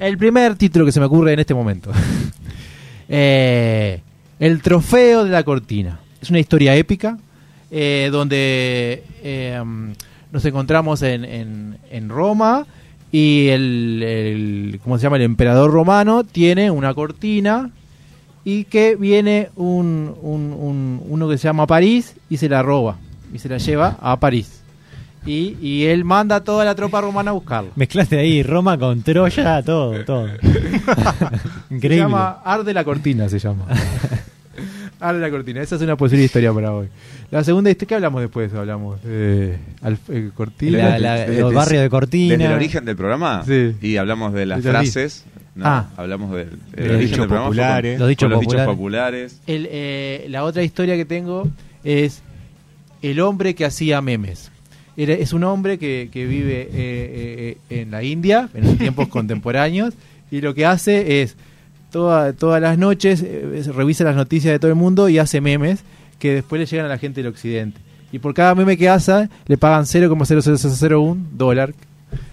E: El primer título que se me ocurre en este momento. [LAUGHS] Eh, el trofeo de la cortina. Es una historia épica eh, donde eh, nos encontramos en, en- en Roma y el, el- ¿cómo se llama? El emperador romano tiene una cortina y que viene un, un- un- uno que se llama París y se la roba y se la lleva a París. Y, y él manda a toda la tropa romana a buscarlo.
B: Mezclaste ahí Roma con Troya, todo, todo.
E: Se
B: Increíble.
E: llama Arde la Cortina, se
C: [LAUGHS]
E: llama. Arde la Cortina, esa es una posible historia para hoy. La segunda, historia, ¿qué hablamos después? Hablamos eh, al- eh, Cortina.
B: La- la- los barrios de Cortina.
C: Desde el origen del programa
E: Sí.
C: y hablamos de las
E: Desde el
C: frases. No,
E: Ah.
C: hablamos del, del
E: De los
C: origen
E: dichos
C: del programa. fue con-
A: populares.
B: Los
C: con Los
B: dichos
C: dichos,
B: populares.
C: populares.
E: El, eh, la otra historia que tengo es El hombre que hacía memes. Era- es un hombre que, que vive eh, eh, eh, en la India, en los tiempos
C: [LAUGHS]
E: contemporáneos, y lo que hace es toda- todas las noches eh, es- revisa las noticias de todo el mundo y hace memes que después le llegan a la gente del occidente. Y por cada meme que hace, le pagan 0,0001 dólar.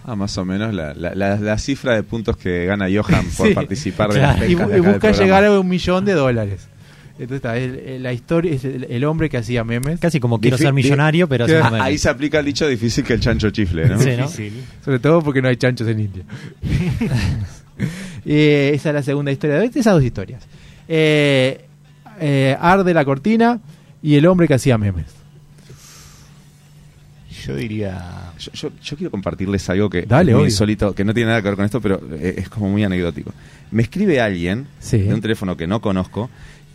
C: Ah, más o menos la, la- la- la cifra de puntos que gana Johan por
E: Sí.
C: participar de las
E: Claro. Y,
C: becas
E: bu- y
C: de acá del
E: busca
C: programa.
E: llegar a un millón de dólares. Entonces está, el- el- la historia es el- el hombre que hacía memes.
B: Casi como quiero
C: Difi-
B: ser
C: di-
B: millonario, pero
C: Ah,
B: haciendo memes.
C: Ahí se aplica el dicho difícil que el chancho chifle, ¿no?
B: Sí, ¿no?
E: Sobre todo porque no hay chanchos en India. [LAUGHS] Eh, esa es la segunda historia. de hoy. Esas dos historias. Eh, eh, Arde la cortina y el hombre que hacía memes.
A: Yo diría.
C: Yo, yo- yo quiero compartirles algo que
E: Dale,
C: es muy
E: obvio.
C: insólito, que no tiene nada que ver con esto, pero eh, es como muy anecdótico. Me escribe alguien
E: Sí.
C: de un teléfono que no conozco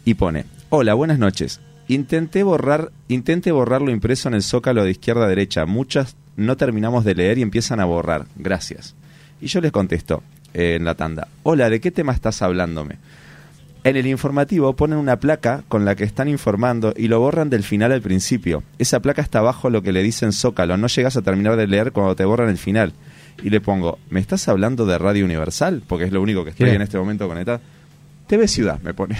C: y pone: Hola, buenas noches. Intenté borrar, intenté borrar lo impreso en el zócalo de izquierda a derecha. Muchas no terminamos de leer y empiezan a borrar. Gracias. Y yo les contesto eh, en la tanda: Hola, ¿de qué tema estás hablándome? En el informativo ponen una placa con la que están informando y lo borran del final al principio. Esa placa está abajo lo que le dicen Zócalo. No llegas a terminar de leer cuando te borran el final. Y le pongo, ¿me estás hablando de Radio Universal? Porque es lo único que estoy
E: Claro.
C: en este momento conectado. TV Ciudad, me
A: [LAUGHS]
C: pone.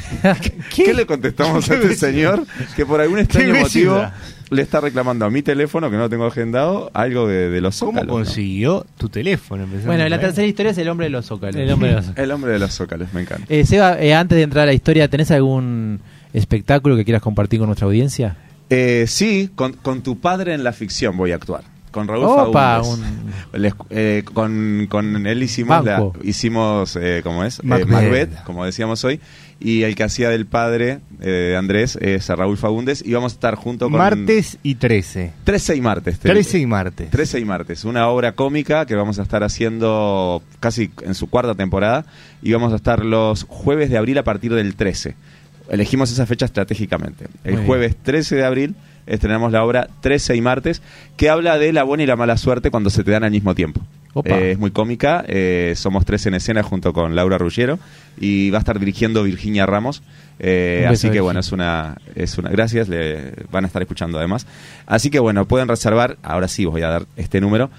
C: ¿Qué, le contestamos a este señor que por algún extraño
A: TV
C: motivo
A: Ciudad?
C: le está reclamando a mi teléfono, que no lo tengo agendado, algo de, de los
A: ¿Cómo
C: Zócalos? ¿no?
A: consiguió tu teléfono? Empezando
E: Bueno, la
A: por ahí.
E: tercera historia es el hombre de los zócalos.
B: El hombre de los-
C: [LAUGHS] El hombre de los Zócalos, me encanta.
E: Eh, Seba, eh, antes de entrar a la historia, ¿tenés algún espectáculo que quieras compartir con nuestra audiencia?
C: Eh, sí, con, con tu padre en la ficción voy a actuar. Con Raúl
E: Opa,
C: Faúndez.
E: un-
C: Les- eh, con, con él hicimos, la-
E: Banco.
C: hicimos eh, ¿cómo es? Eh,
E: Macbeth.
C: Macbeth. como decíamos hoy. Y el que hacía del padre eh, de Andrés es a Raúl Faúndez. Y vamos a estar junto con.
A: Martes y 13.
C: 13 y martes. te-
A: 13 y martes.
C: 13 y martes, una obra cómica que vamos a estar haciendo casi en su cuarta temporada y vamos a estar los jueves de abril a partir del 13. Elegimos esa fecha estratégicamente. El
E: Muy
C: jueves 13 de abril estrenamos la obra 13 y martes que habla de la buena y la mala suerte cuando se te dan al mismo tiempo.
E: Opa.
C: Eh, es muy cómica. eh, somos tres en escena junto con Laura Ruggiero y va a estar dirigiendo Virginia Ramos. eh,
E: Un beso,
C: así que
E: Virgi.
C: bueno, es una, es una. Gracias, le van a estar escuchando además. Así que bueno, pueden reservar. Ahora sí, os voy a dar este número: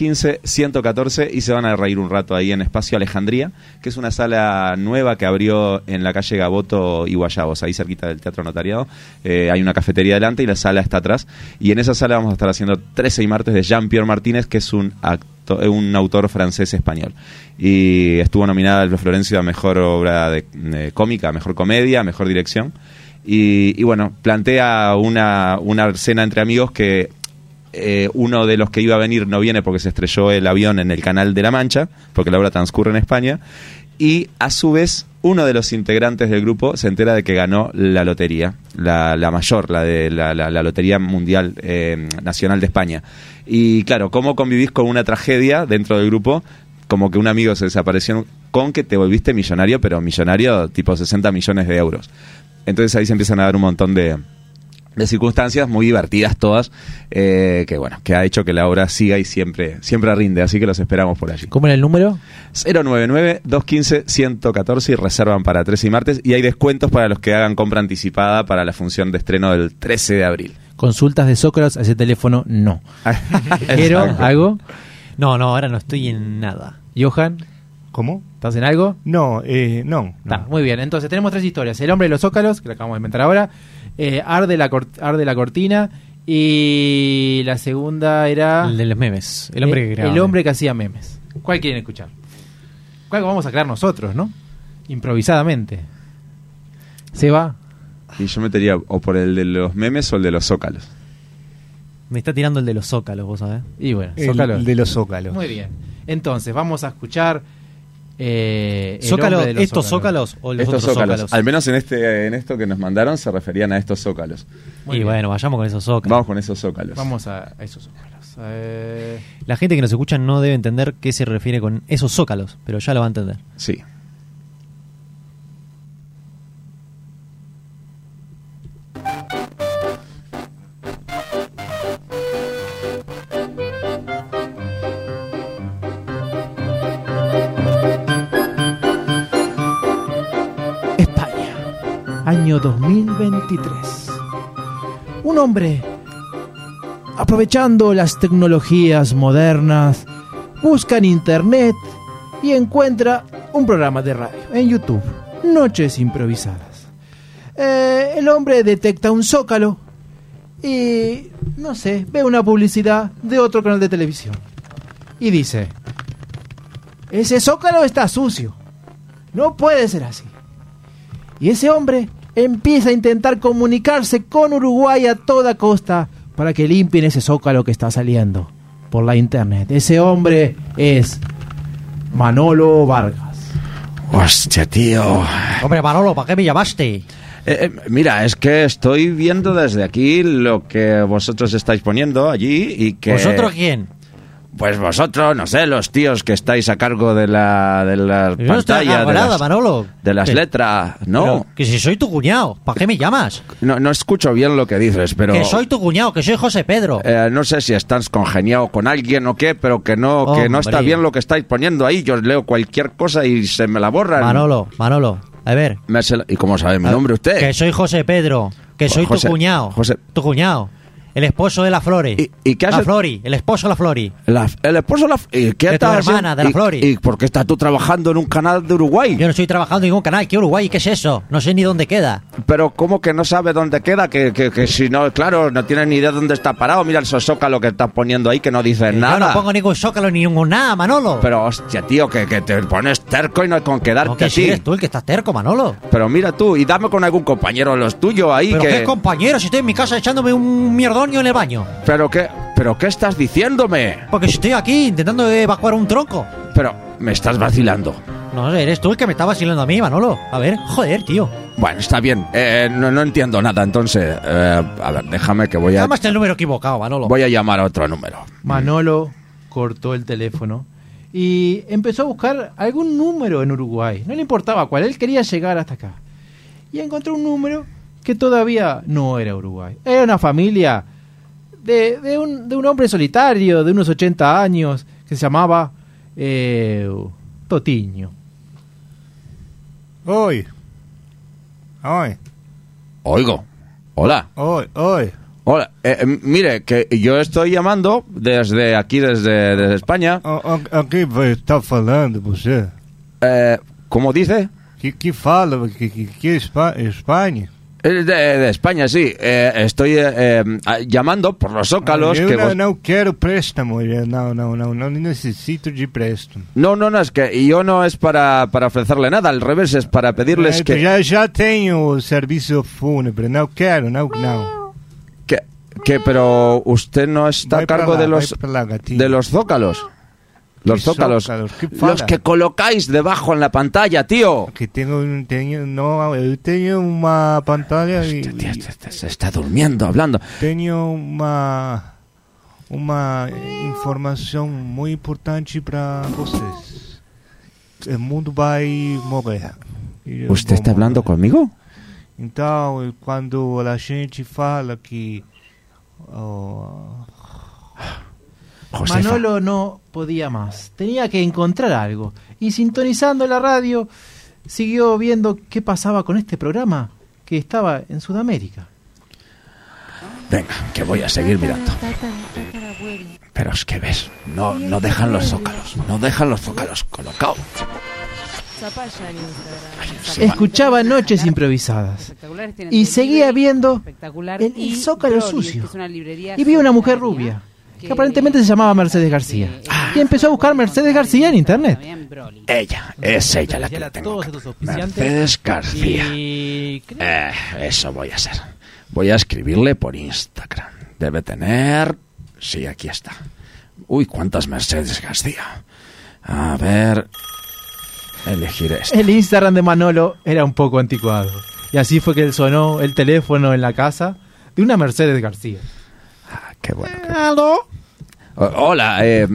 C: 099-215-114 y se van a reír un rato ahí en Espacio Alejandría, que es una sala nueva que abrió en la calle Gaboto y Guayabos, ahí cerquita del Teatro Notariado. Eh, hay una cafetería delante y la sala está atrás. Y en esa sala vamos a estar haciendo 13 y martes de Jean-Pierre Martínez, que es un acto- eh, un autor francés-español. Y estuvo nominada Alba Florencio a Mejor Obra de, eh, Cómica, Mejor Comedia, Mejor Dirección. Y, y bueno, plantea una, una cena entre amigos que eh, uno de los que iba a venir no viene porque se estrelló el avión en el Canal de la Mancha, porque la obra transcurre en España. Y a su vez, uno de los integrantes del grupo se entera de que ganó la lotería, la, la mayor, la de la, la- la Lotería Mundial eh, Nacional de España. Y claro, ¿cómo convivís con una tragedia dentro del grupo? Como que un amigo se desapareció con que te volviste millonario, pero millonario tipo 60 millones de euros. Entonces ahí se empiezan a dar un montón de, de circunstancias muy divertidas todas, eh, que bueno, que ha hecho que la obra siga y siempre, siempre rinde, así que los esperamos por allí.
E: ¿Cómo era el número?
C: 099-215-114 y reservan para 13 y martes, y hay descuentos para los que hagan compra anticipada para la función de estreno del 13 de abril.
E: Consultas de Sócrates a ese teléfono,
B: [LAUGHS]
E: no. Pero,
C: Exacto.
E: ¿algo?
B: No, no, ahora no estoy en nada.
E: Johan,
A: ¿Cómo?
E: ¿estás en algo?
A: No, eh, no. no.
E: Está, muy bien. Entonces tenemos tres historias. El hombre de los zócalos, que la acabamos de inventar ahora. eh, arde, la cor- arde la cortina. Y la segunda
A: Ah.
E: era...
B: El de los memes. El hombre
E: eh,
B: que graba.
E: El hombre que hacía memes. ¿Cuál quieren escuchar? ¿Cuál vamos a crear nosotros, no? Improvisadamente. Se va.
C: Y yo metería o por el de los memes o el de los zócalos.
B: Me está tirando el de los zócalos, vos sabés.
E: Y bueno,
A: El,
E: zócalos.
A: el de los zócalos.
E: Muy bien. Entonces, vamos a escuchar... eh, el
B: Zócalo,
E: hombre de los
B: ¿Estos zócalos o los
C: Estos
B: otros
C: zócalos.
B: zócalos?
C: Al menos en este en esto que nos mandaron se referían a estos zócalos.
B: Y bueno, vayamos con esos zócalos.
C: Vamos con esos zócalos.
E: Vamos a, a esos zócalos. Eh,
B: La gente que nos escucha no debe entender qué se refiere con esos zócalos, pero ya lo va a entender.
C: Sí.
J: España, año 2023. Un hombre, aprovechando las tecnologías modernas, busca en Internet y encuentra un programa de radio en YouTube, Noches Improvisadas. Eh, el hombre detecta un zócalo y, no sé, ve una publicidad de otro canal de televisión y dice, ese zócalo está sucio, no puede ser así. Y ese hombre empieza a intentar comunicarse con Uruguay a toda costa para que limpien ese zócalo que está saliendo por la internet. Ese hombre es Manolo Vargas.
C: Hostia, tío.
B: Hombre, Manolo, ¿para qué me llamaste?
C: Eh, eh, mira, es que estoy viendo desde aquí lo que vosotros estáis poniendo allí y que...
B: ¿Vosotros quién?
C: Pues vosotros, no sé, los tíos que estáis a cargo de la, de la
B: Yo no estoy a
C: pantalla,
B: cargo
C: de
B: nada,
C: las,
B: Manolo.
C: de las
B: ¿Qué?
C: letras, ¿no?
B: Pero que si soy tu cuñado, ¿para qué me llamas?
C: no. No escucho bien lo que dices, pero...
B: Que soy tu cuñado, que soy José Pedro.
C: eh, no sé si estás congeniado con alguien o qué, pero que no, que no está
B: Hombre.
C: bien lo que estáis poniendo ahí. Yo leo cualquier cosa y se me la borran.
B: Manolo, Manolo, a ver.
C: Me hace la- ¿Y cómo sabe mi nombre usted?
B: Ah, Que soy José Pedro, que
C: Jo-
B: soy
C: José-
B: tu cuñado.
C: José-
B: Tu cuñado. El esposo de la Flori.
C: ¿Y- y qué
B: La
C: haces-
B: Flori, el esposo de la Flori.
C: La- el esposo la, y ¿qué
B: De tu
C: estás haciendo?
B: hermana, de la
C: ¿Y-
B: Flori.
C: ¿Y por qué estás tú trabajando en un canal de Uruguay?
B: Yo no estoy trabajando en ningún canal, que Uruguay, ¿qué es eso? No sé ni dónde queda.
C: Pero ¿cómo que no sabe dónde queda? Que, que- que si no, claro, no tienes ni idea dónde está parado. Mira el lo que estás poniendo ahí que no dices
B: Yo
C: nada.
B: no pongo ningún zócalo ni ningún nada, Manolo.
C: Pero hostia, tío, que, que te pones terco y no hay con quedarte
B: no, que
C: a
B: si
C: ti.
B: eres tú el que estás terco, Manolo.
C: Pero mira tú, y dame con algún compañero de los tuyos ahí
B: Pero
C: que...
B: qué compañero, si estoy en mi casa echándome un mierdonio en el baño.
C: pero qué... Pero qué estás diciéndome?
B: Porque si estoy aquí intentando evacuar un tronco.
C: Pero me estás vacilando.
B: No, eres tú el que me está vacilando a mí, Manolo. A ver, joder, tío.
C: Bueno, está bien. Eh, no, no entiendo nada, entonces... eh, a ver, déjame que voy a...
B: Llamaste el número equivocado, Manolo.
C: Voy a llamar a otro número.
E: Manolo cortó el teléfono y empezó a buscar algún número en Uruguay. No le importaba cuál, él quería llegar hasta acá. Y encontró un número que todavía no era Uruguay. Era una familia de, de un, de un hombre solitario de unos 80 años que se llamaba eh, Totiño.
A: Hoy. Hoy.
L: Oigo. Hola.
A: Hoy, hoy.
L: Hola. Eh, eh, mire, que yo estoy llamando desde aquí, desde, desde España.
A: Oh, Aqui vai estar falando você.
L: Eh, ¿Cómo dice?
A: Que, que fala, que, que, que Espa- España.
L: Eh, De, de España, sí. Eh, estoy eh, eh, ah, llamando por los zócalos.
A: eu
L: que
A: não,
L: vos-
A: não quero préstamo, eu não, não, não, não necessito de préstamo.
L: No, no, no, es que yo no es para, para ofrecerle nada, al revés, es para pedirles
A: Eh,
L: que...
A: já, já tenho o serviço fúnebre, não quero, não, não.
L: que, que- pero usted no está
A: Voy
L: a cargo
A: para la-
L: de los
A: voy para la gatita.
L: de los zócalos. Los
A: ¿Qué
L: zócalos.
A: zócalos? ¿Qué fala?
L: Los que colocáis debajo en la pantalla, tío.
A: Que tenho, um- tenho, não, eu tenho uma eh, pantalla e
L: Este Se está durmiendo hablando.
A: tenho uma uma informação muito importante para vocês. O mundo vai morrer. E eu
L: ¿Usted
A: vou
L: está hablando conmigo?
A: Então, quando a gente fala que oh,
E: Manolo no podía más, tenía que encontrar algo. Y sintonizando la radio, siguió viendo qué pasaba con este programa que estaba en Sudamérica.
L: Venga, que voy a seguir mirando. Pero es que ves, no, Oh, no dejan los zócalos, no dejan los zócalos. Colocado.
M: Zapalla en Instagram.
E: Escuchaba noches improvisadas.
M: Espectaculares tienen
E: Y
M: el
E: seguía
M: Libri,
E: viendo
M: espectacular
E: el- el
M: y
E: Zócalo
M: Brodies,
E: sucio.
M: que es una librería
E: y vi una mujer rubia, que aparentemente se llamaba Mercedes García. Ah. Y empezó a buscar Mercedes García en internet.
L: Ella, es ella la que la tengo. Mercedes García. Eh, eso voy a hacer. Voy a escribirle por Instagram. Debe tener... Sí, aquí está. Uy, cuántas Mercedes García. A ver... este, Elegir esta.
E: El Instagram de Manolo era un poco anticuado. Y así fue que él sonó el teléfono en la casa de una Mercedes García.
L: Qué bueno. O- Hola, eh,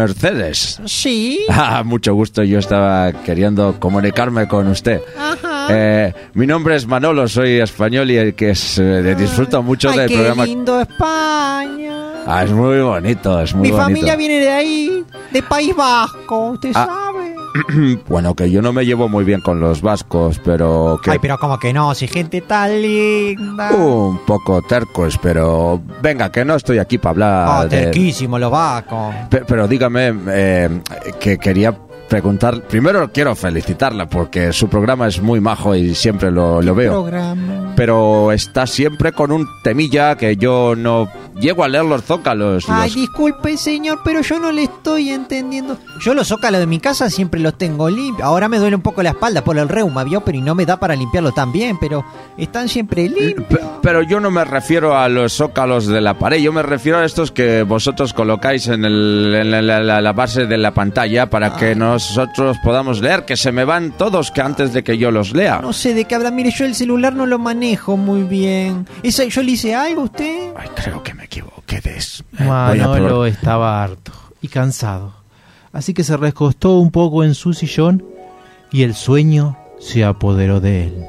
L: Mercedes.
N: Sí.
L: [LAUGHS] Ah, mucho gusto. Yo estaba queriendo comunicarme con usted.
N: Ajá.
L: Eh, mi nombre es Manolo, soy español y el que es, eh, disfruto mucho
N: Ah. Ay,
L: del
N: qué
L: programa.
N: lindo España.
L: Ah, es muy bonito, es muy
N: Mi
L: bonito.
N: familia viene de ahí, de País Vasco, usted
L: Ah.
N: sabe.
L: [CLEARS THROAT] bueno, que yo no me llevo muy bien con los vascos, pero que
N: Ay, pero como que no, si gente tan linda.
L: un poco tercos, pero venga, que no estoy aquí para hablar
N: Oh,
B: Ah,
L: de-
B: terquísimo, los vacos.
L: Pe- Pero dígame eh, que quería preguntar. Primero quiero felicitarla porque su programa es muy majo y siempre lo, lo veo.
N: Programa.
L: Pero está siempre con un temilla que yo no llego a leer los zócalos. los-
N: Ay, disculpe, señor, pero yo no le estoy entendiendo.
O: Yo los zócalos de mi casa siempre los tengo limpios. Ahora me duele un poco la espalda por el reuma, ¿vio? Pero y no me da para limpiarlo tan bien, pero están siempre limpios.
L: Eh, Pe- pero yo no me refiero a los zócalos de la pared, yo me refiero a estos que vosotros colocáis en, el- en la, la- la- la base de la pantalla para que nosotros podamos leer, que se me van todos que antes de que yo los lea.
O: No sé de qué habla. Mire, yo el celular no lo manejo muy bien. ¿Eso, ¿Yo le hice algo a usted?
L: Creo que me equivoqué de eso.
E: Manolo estaba harto y cansado. Así que se recostó un poco en su sillón y el sueño se apoderó de él.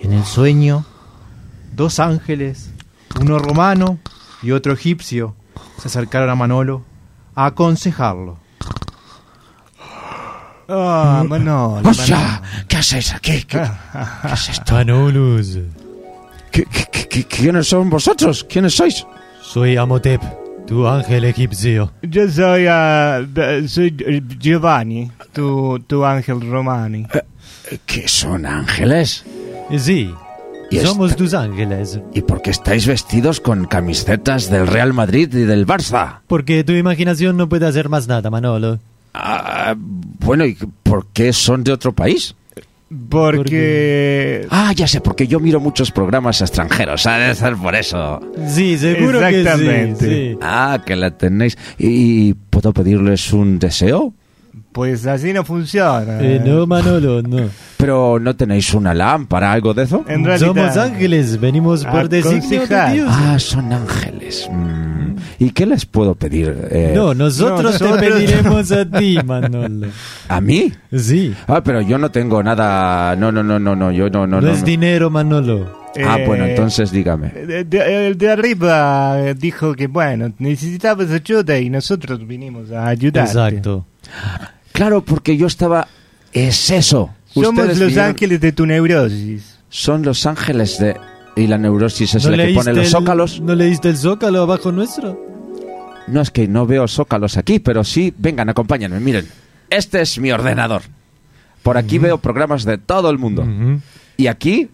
E: En el sueño, dos ángeles, uno romano y otro egipcio, se acercaron a Manolo a aconsejarlo.
A: Ah, Manolo.
E: Vaya,
L: ¿Qué hacéis aquí? ¿Qué, qué es esto?
P: Manolos.
L: ¿Qué, quiénes son vosotros? ¿Quiénes sois?
P: Soy Amotep, tu ángel egipcio.
A: Yo soy, ah, de- soy Giovanni, tu, tu ángel romani.
L: Eh, ¿Qué son ángeles?
P: Sí. Somos tus ángeles.
L: ¿Y por qué estáis vestidos con camisetas del Real Madrid y del Barça?
P: Porque tu imaginación no puede hacer más nada, Manolo.
L: Ah, bueno, ¿y por qué son de otro país?
A: Porque...
L: Ah, ya sé, porque yo miro muchos programas extranjeros. Ha de ser por eso.
P: Sí, seguro que sí,
A: Exactamente.
P: sí.
L: Ah, que la tenéis. ¿Y puedo pedirles un deseo?
A: Pues así no funciona.
P: Manolo, Eh, no.
L: Pero no tenéis una lámpara, algo de eso.
A: En realidad-
P: Somos ángeles, venimos por designio de Dios.
L: Ah, son ángeles. Mm, ¿Y qué les puedo pedir? Eh,
P: No, nosotros te
O: [LAUGHS]
P: pediremos a ti, Manolo.
L: ¿A mí?
P: Sí.
L: Ah, pero yo no tengo nada. No, no, no, no, no. Yo no,
P: No,
L: no, no.
P: es
L: no.
P: dinero, Manolo.
L: Ah,
A: Eh,
L: bueno, entonces dígame.
A: de- de- El de arriba eh, dijo que, bueno, necesitabas ayuda y nosotros vinimos a ayudar.
L: Exacto. Claro, porque yo estaba. Es eso.
A: Somos
L: Ustedes
A: los
L: vinieron-
A: ángeles de tu neurosis.
L: Son los ángeles de. Y la neurosis es
P: ¿No
L: la que
P: leíste
L: pone los
P: el-
L: zócalos.
P: ¿No leíste el zócalo abajo nuestro?
L: No es que no veo zócalos aquí, pero sí. Vengan, acompáñenme. Miren, este es mi ordenador. Por aquí veo programas de todo el mundo. Y aquí,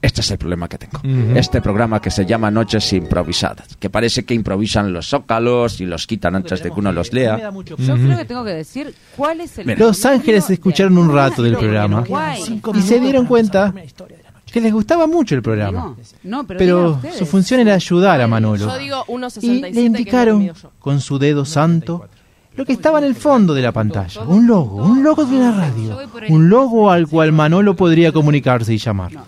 L: este es el problema que tengo. Este programa que se llama Noches Improvisadas, que parece que improvisan los zócalos y los quitan antes de que uno los lea.
M: Yo creo que tengo que decir cuál es el.
L: Mira.
E: Los Ángeles escucharon un rato del programa
M: Guay.
E: y se dieron cuenta que les gustaba mucho el programa,
Q: No, pero, digan
E: pero
Q: ustedes.
E: su función era ayudar a Manolo.
Q: Yo digo
E: Y
Q: 1.67
E: le indicaron con su dedo santo lo que estaba en el fondo de la pantalla, un logo, un logo de una radio, un logo al cual Manolo podría comunicarse y llamar.
Q: Eh,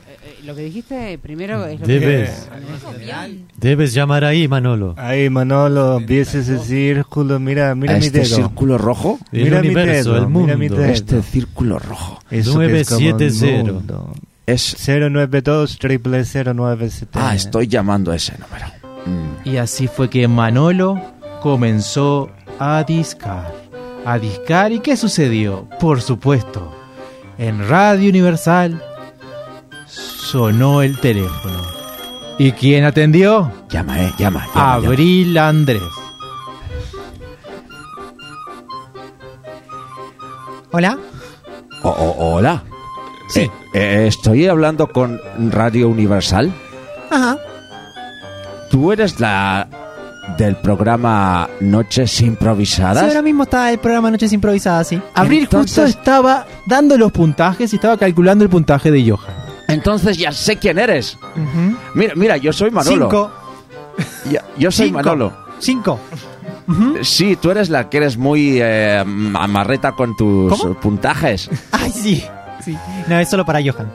Q: Lo que dijiste primero es lo
P: Debes.
Q: que...
P: Debes llamar ahí, Manolo.
A: Ahí, Manolo, ves ese círculo, mira, mira
P: ¿A
A: mi
P: este
A: dedo.
P: círculo rojo? El
A: Mira mi
P: universo,
A: dedo,
P: el
A: mira mi
P: mundo.
A: dedo.
P: Este
L: círculo rojo.
A: Eso que es como el
P: 970.
A: mundo. 092 triple 097.
L: Ah, estoy llamando a ese número.
E: Y así fue que Manolo comenzó a discar. A discar. ¿Y qué sucedió? Por supuesto, en Radio Universal sonó el teléfono. ¿Y quién atendió?
L: Llama, eh, llama. llama,
E: Abril Andrés.
O: Hola.
L: O- o- Oh, hola. Sí. estoy hablando con Radio Universal.
O: Ajá.
L: ¿Tú eres la del programa Noches
O: Sí,
L: Improvisadas?
O: ahora mismo está el programa Noches Improvisadas, sí.
E: Abril justo estaba dando los puntajes y estaba calculando el puntaje de Johan.
L: Entonces ya sé quién eres. Mira, mira, yo soy Manolo.
O: Cinco.
L: Ya- yo soy
O: Cinco.
L: Manolo.
O: Cinco.
L: Sí, tú eres la que eres muy eh, amarreta con tus puntajes.
O: Ay, sí. sí. No, es solo para Johan.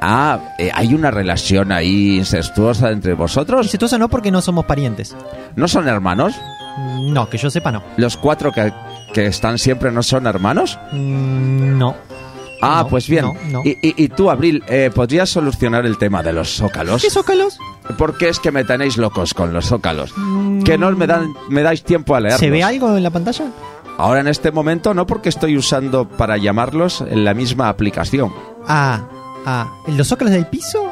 L: Ah, eh, ¿hay una relación ahí incestuosa entre vosotros?
O: Incestuosa no, porque no somos parientes.
L: ¿No son hermanos?
O: No, que yo sepa no.
L: ¿Los cuatro que, que están siempre no son hermanos?
O: Mm, No.
L: Ah, pues bien.
O: no, no.
L: Y, y- y tú, Abril, eh, ¿podrías solucionar el tema de los zócalos?
O: ¿Qué zócalos?
L: Porque es que me tenéis locos con los zócalos. Que no me, dan, me dais tiempo a leerlos.
O: Mm. ¿Se ve algo en la pantalla?
L: Ahora en este momento no, porque estoy usando para llamarlos en la misma aplicación.
O: Ah, ah. ¿Los zócalos del piso?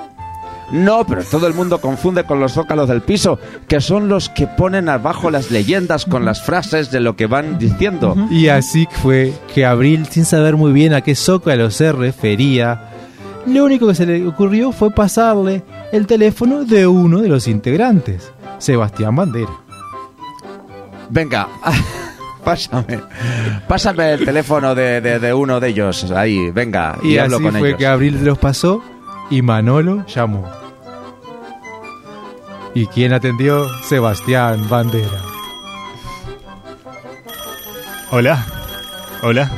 L: No, pero todo el mundo confunde con los zócalos del piso, que son los que ponen abajo las leyendas con las frases de lo que van diciendo.
E: Y así fue que Abril, sin saber muy bien a qué zócalo se refería, lo único que se le ocurrió fue pasarle el teléfono de uno de los integrantes, Sebastián Bandera.
L: Venga, [LAUGHS] pásame. Pásame el teléfono de, de- de uno de ellos. Ahí, venga, y,
E: Y, así
L: hablo con
E: fue
L: ellos.
E: que Abril los pasó y Manolo llamó. ¿Y quién atendió? Sebastián Bandera.
A: Hola. Hola.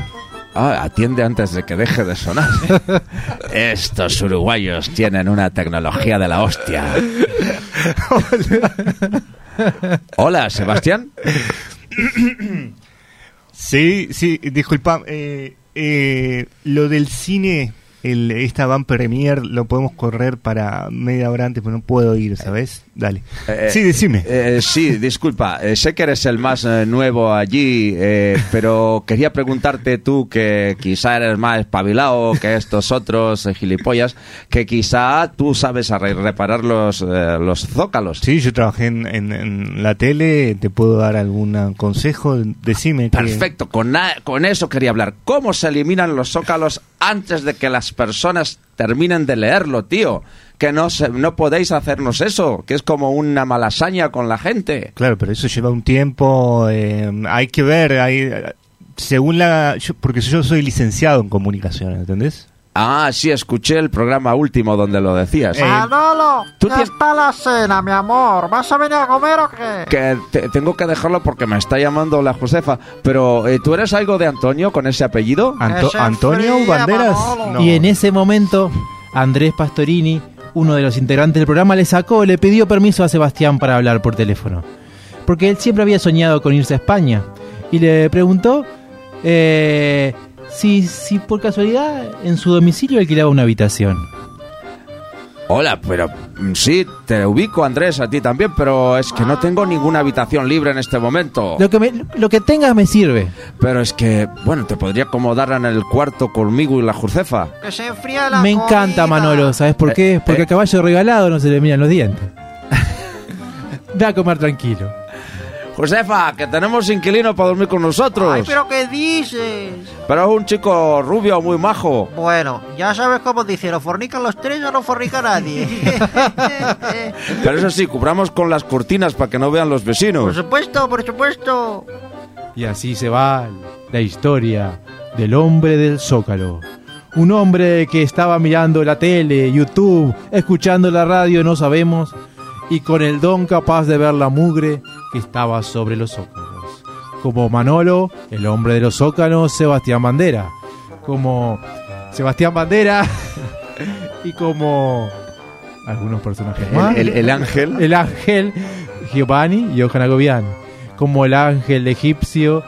L: Ah, atiende antes de que deje
E: [LAUGHS]
L: de sonar. Estos uruguayos tienen una tecnología de
E: [LAUGHS]
L: la hostia. Hola, Sebastián.
A: Sí, sí, disculpa. eh, eh, lo del cine, el, esta van premier, lo podemos correr para media hora antes, pero no puedo ir, ¿sabes? Dale.
L: Eh,
A: sí, decime.
L: eh, sí, disculpa. eh, sé que eres el más eh, nuevo allí, eh, pero quería preguntarte tú, que quizá eres más espabilado que estos otros eh, gilipollas, que quizá tú sabes arre- reparar los, eh, los zócalos.
A: Sí, yo trabajé en, en- en la tele, te puedo dar algún consejo, decime. que-
L: Perfecto, con, na- con eso quería hablar. ¿Cómo se eliminan los zócalos antes de que las personas terminen de leerlo, tío? Que no, se- no podéis hacernos eso, que es como una malasaña con la gente.
A: Claro, pero eso lleva un tiempo, eh, hay que ver, hay, según la... yo- porque yo soy licenciado en comunicación, ¿entendés?
L: Ah, sí, escuché el programa último donde lo
A: Eh,
L: decías.
N: Eh, Manolo,
L: tú
N: ya
L: tien-
N: está la cena, mi amor. ¿Vas a venir a comer o qué?
L: Que te- tengo que dejarlo porque me está llamando la Josefa. Pero, eh, ¿tú eres algo de Antonio con ese apellido?
A: Anto- Ese ¿Antonio fría, Banderas? Manolo. No.
E: Y en ese momento, Andrés Pastorini, uno de los integrantes del programa, le sacó, le pidió permiso a Sebastián para hablar por teléfono. Porque él siempre había soñado con irse a España. Y le preguntó eh, si, si por casualidad en su domicilio alquilaba una habitación.
L: Hola, pero mm, sí, te ubico, Andrés, a ti también, pero es que no tengo ninguna habitación libre en este momento.
E: Ah. Lo que, me- lo que tengas me sirve.
L: Pero es que, bueno, te podría acomodar en el cuarto conmigo y la jurcefa.
N: Que se enfría la
E: me encanta Manolo, ¿sabes
A: Eh,
E: por qué? Porque a caballo regalado no se le miran los dientes. Da a comer tranquilo.
L: Josefa, que tenemos inquilino para dormir con nosotros.
N: Ay,
L: pero...
N: pero ¿qué dices?
L: es un chico rubio muy majo.
N: Bueno, ya sabes cómo dice, lo fornican los tres o no
E: [LAUGHS]
N: fornica nadie.
L: Pero eso sí, cubramos con las cortinas para que no vean los
N: por
L: vecinos.
N: supuesto, por supuesto.
E: Y así se va la historia del hombre del Zócalo. Un hombre que estaba mirando la tele, YouTube, escuchando la radio, no sabemos, y con el don capaz de ver la mugre que estaba sobre los zócalos. Como Manolo, el hombre de los zócalos, Sebastián Bandera. Como Sebastián Bandera [LAUGHS] y como algunos personajes más.
C: El- el- el ángel.
E: El ángel Giovanni y Johanna Gobián. Como el ángel egipcio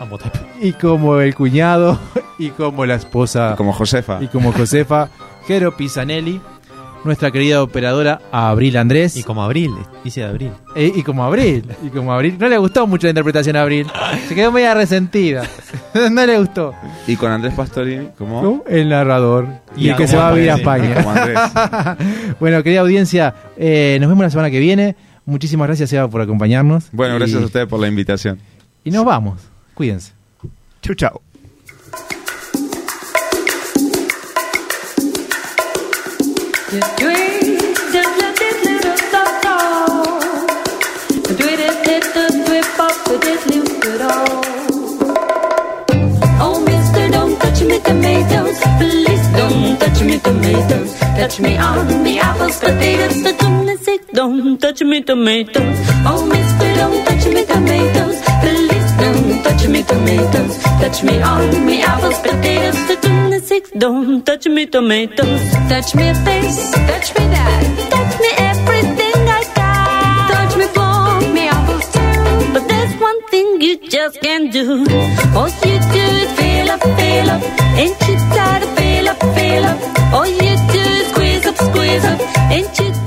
E: y como el cuñado y como la esposa.
C: como Josefa.
E: Y como Josefa. Jero Pisanelli. Nuestra querida operadora Abril Andrés. Y como Abril, dice Abril. y como Abril, y como Abril. No le gustó mucho la interpretación a Abril. Se quedó media resentida. [LAUGHS] no le gustó.
C: Y con Andrés Pastorini, como...
E: ¿No? El narrador.
C: Y
E: Y, el que
C: como
E: se va a vivir a
C: Andrés,
E: España.
C: como
E: [LAUGHS] bueno, querida audiencia, eh, nos vemos la semana que viene. Muchísimas gracias, Seba, por acompañarnos.
C: Bueno, gracias a ustedes por la invitación.
E: Y nos vamos. Cuídense.
A: Chau, chau.
I: Oh, mister, don't touch me tomatoes. Please don't touch me tomatoes. Touch me on the apples, potatoes. The goodness sake, don't touch me tomatoes. Oh, mister, don't touch me tomatoes. Please don't touch me tomatoes. Touch me on the apples, potatoes. The goodness sake, don't touch me tomatoes. Touch me face, touch me that. Touch me everything I got. Touch me plum, me apples too. But there's one thing you just can't do. All you do is fill up, fill up. Ain't you tired of fill up, fill up? All you do is squeeze up, squeeze up. Ain't you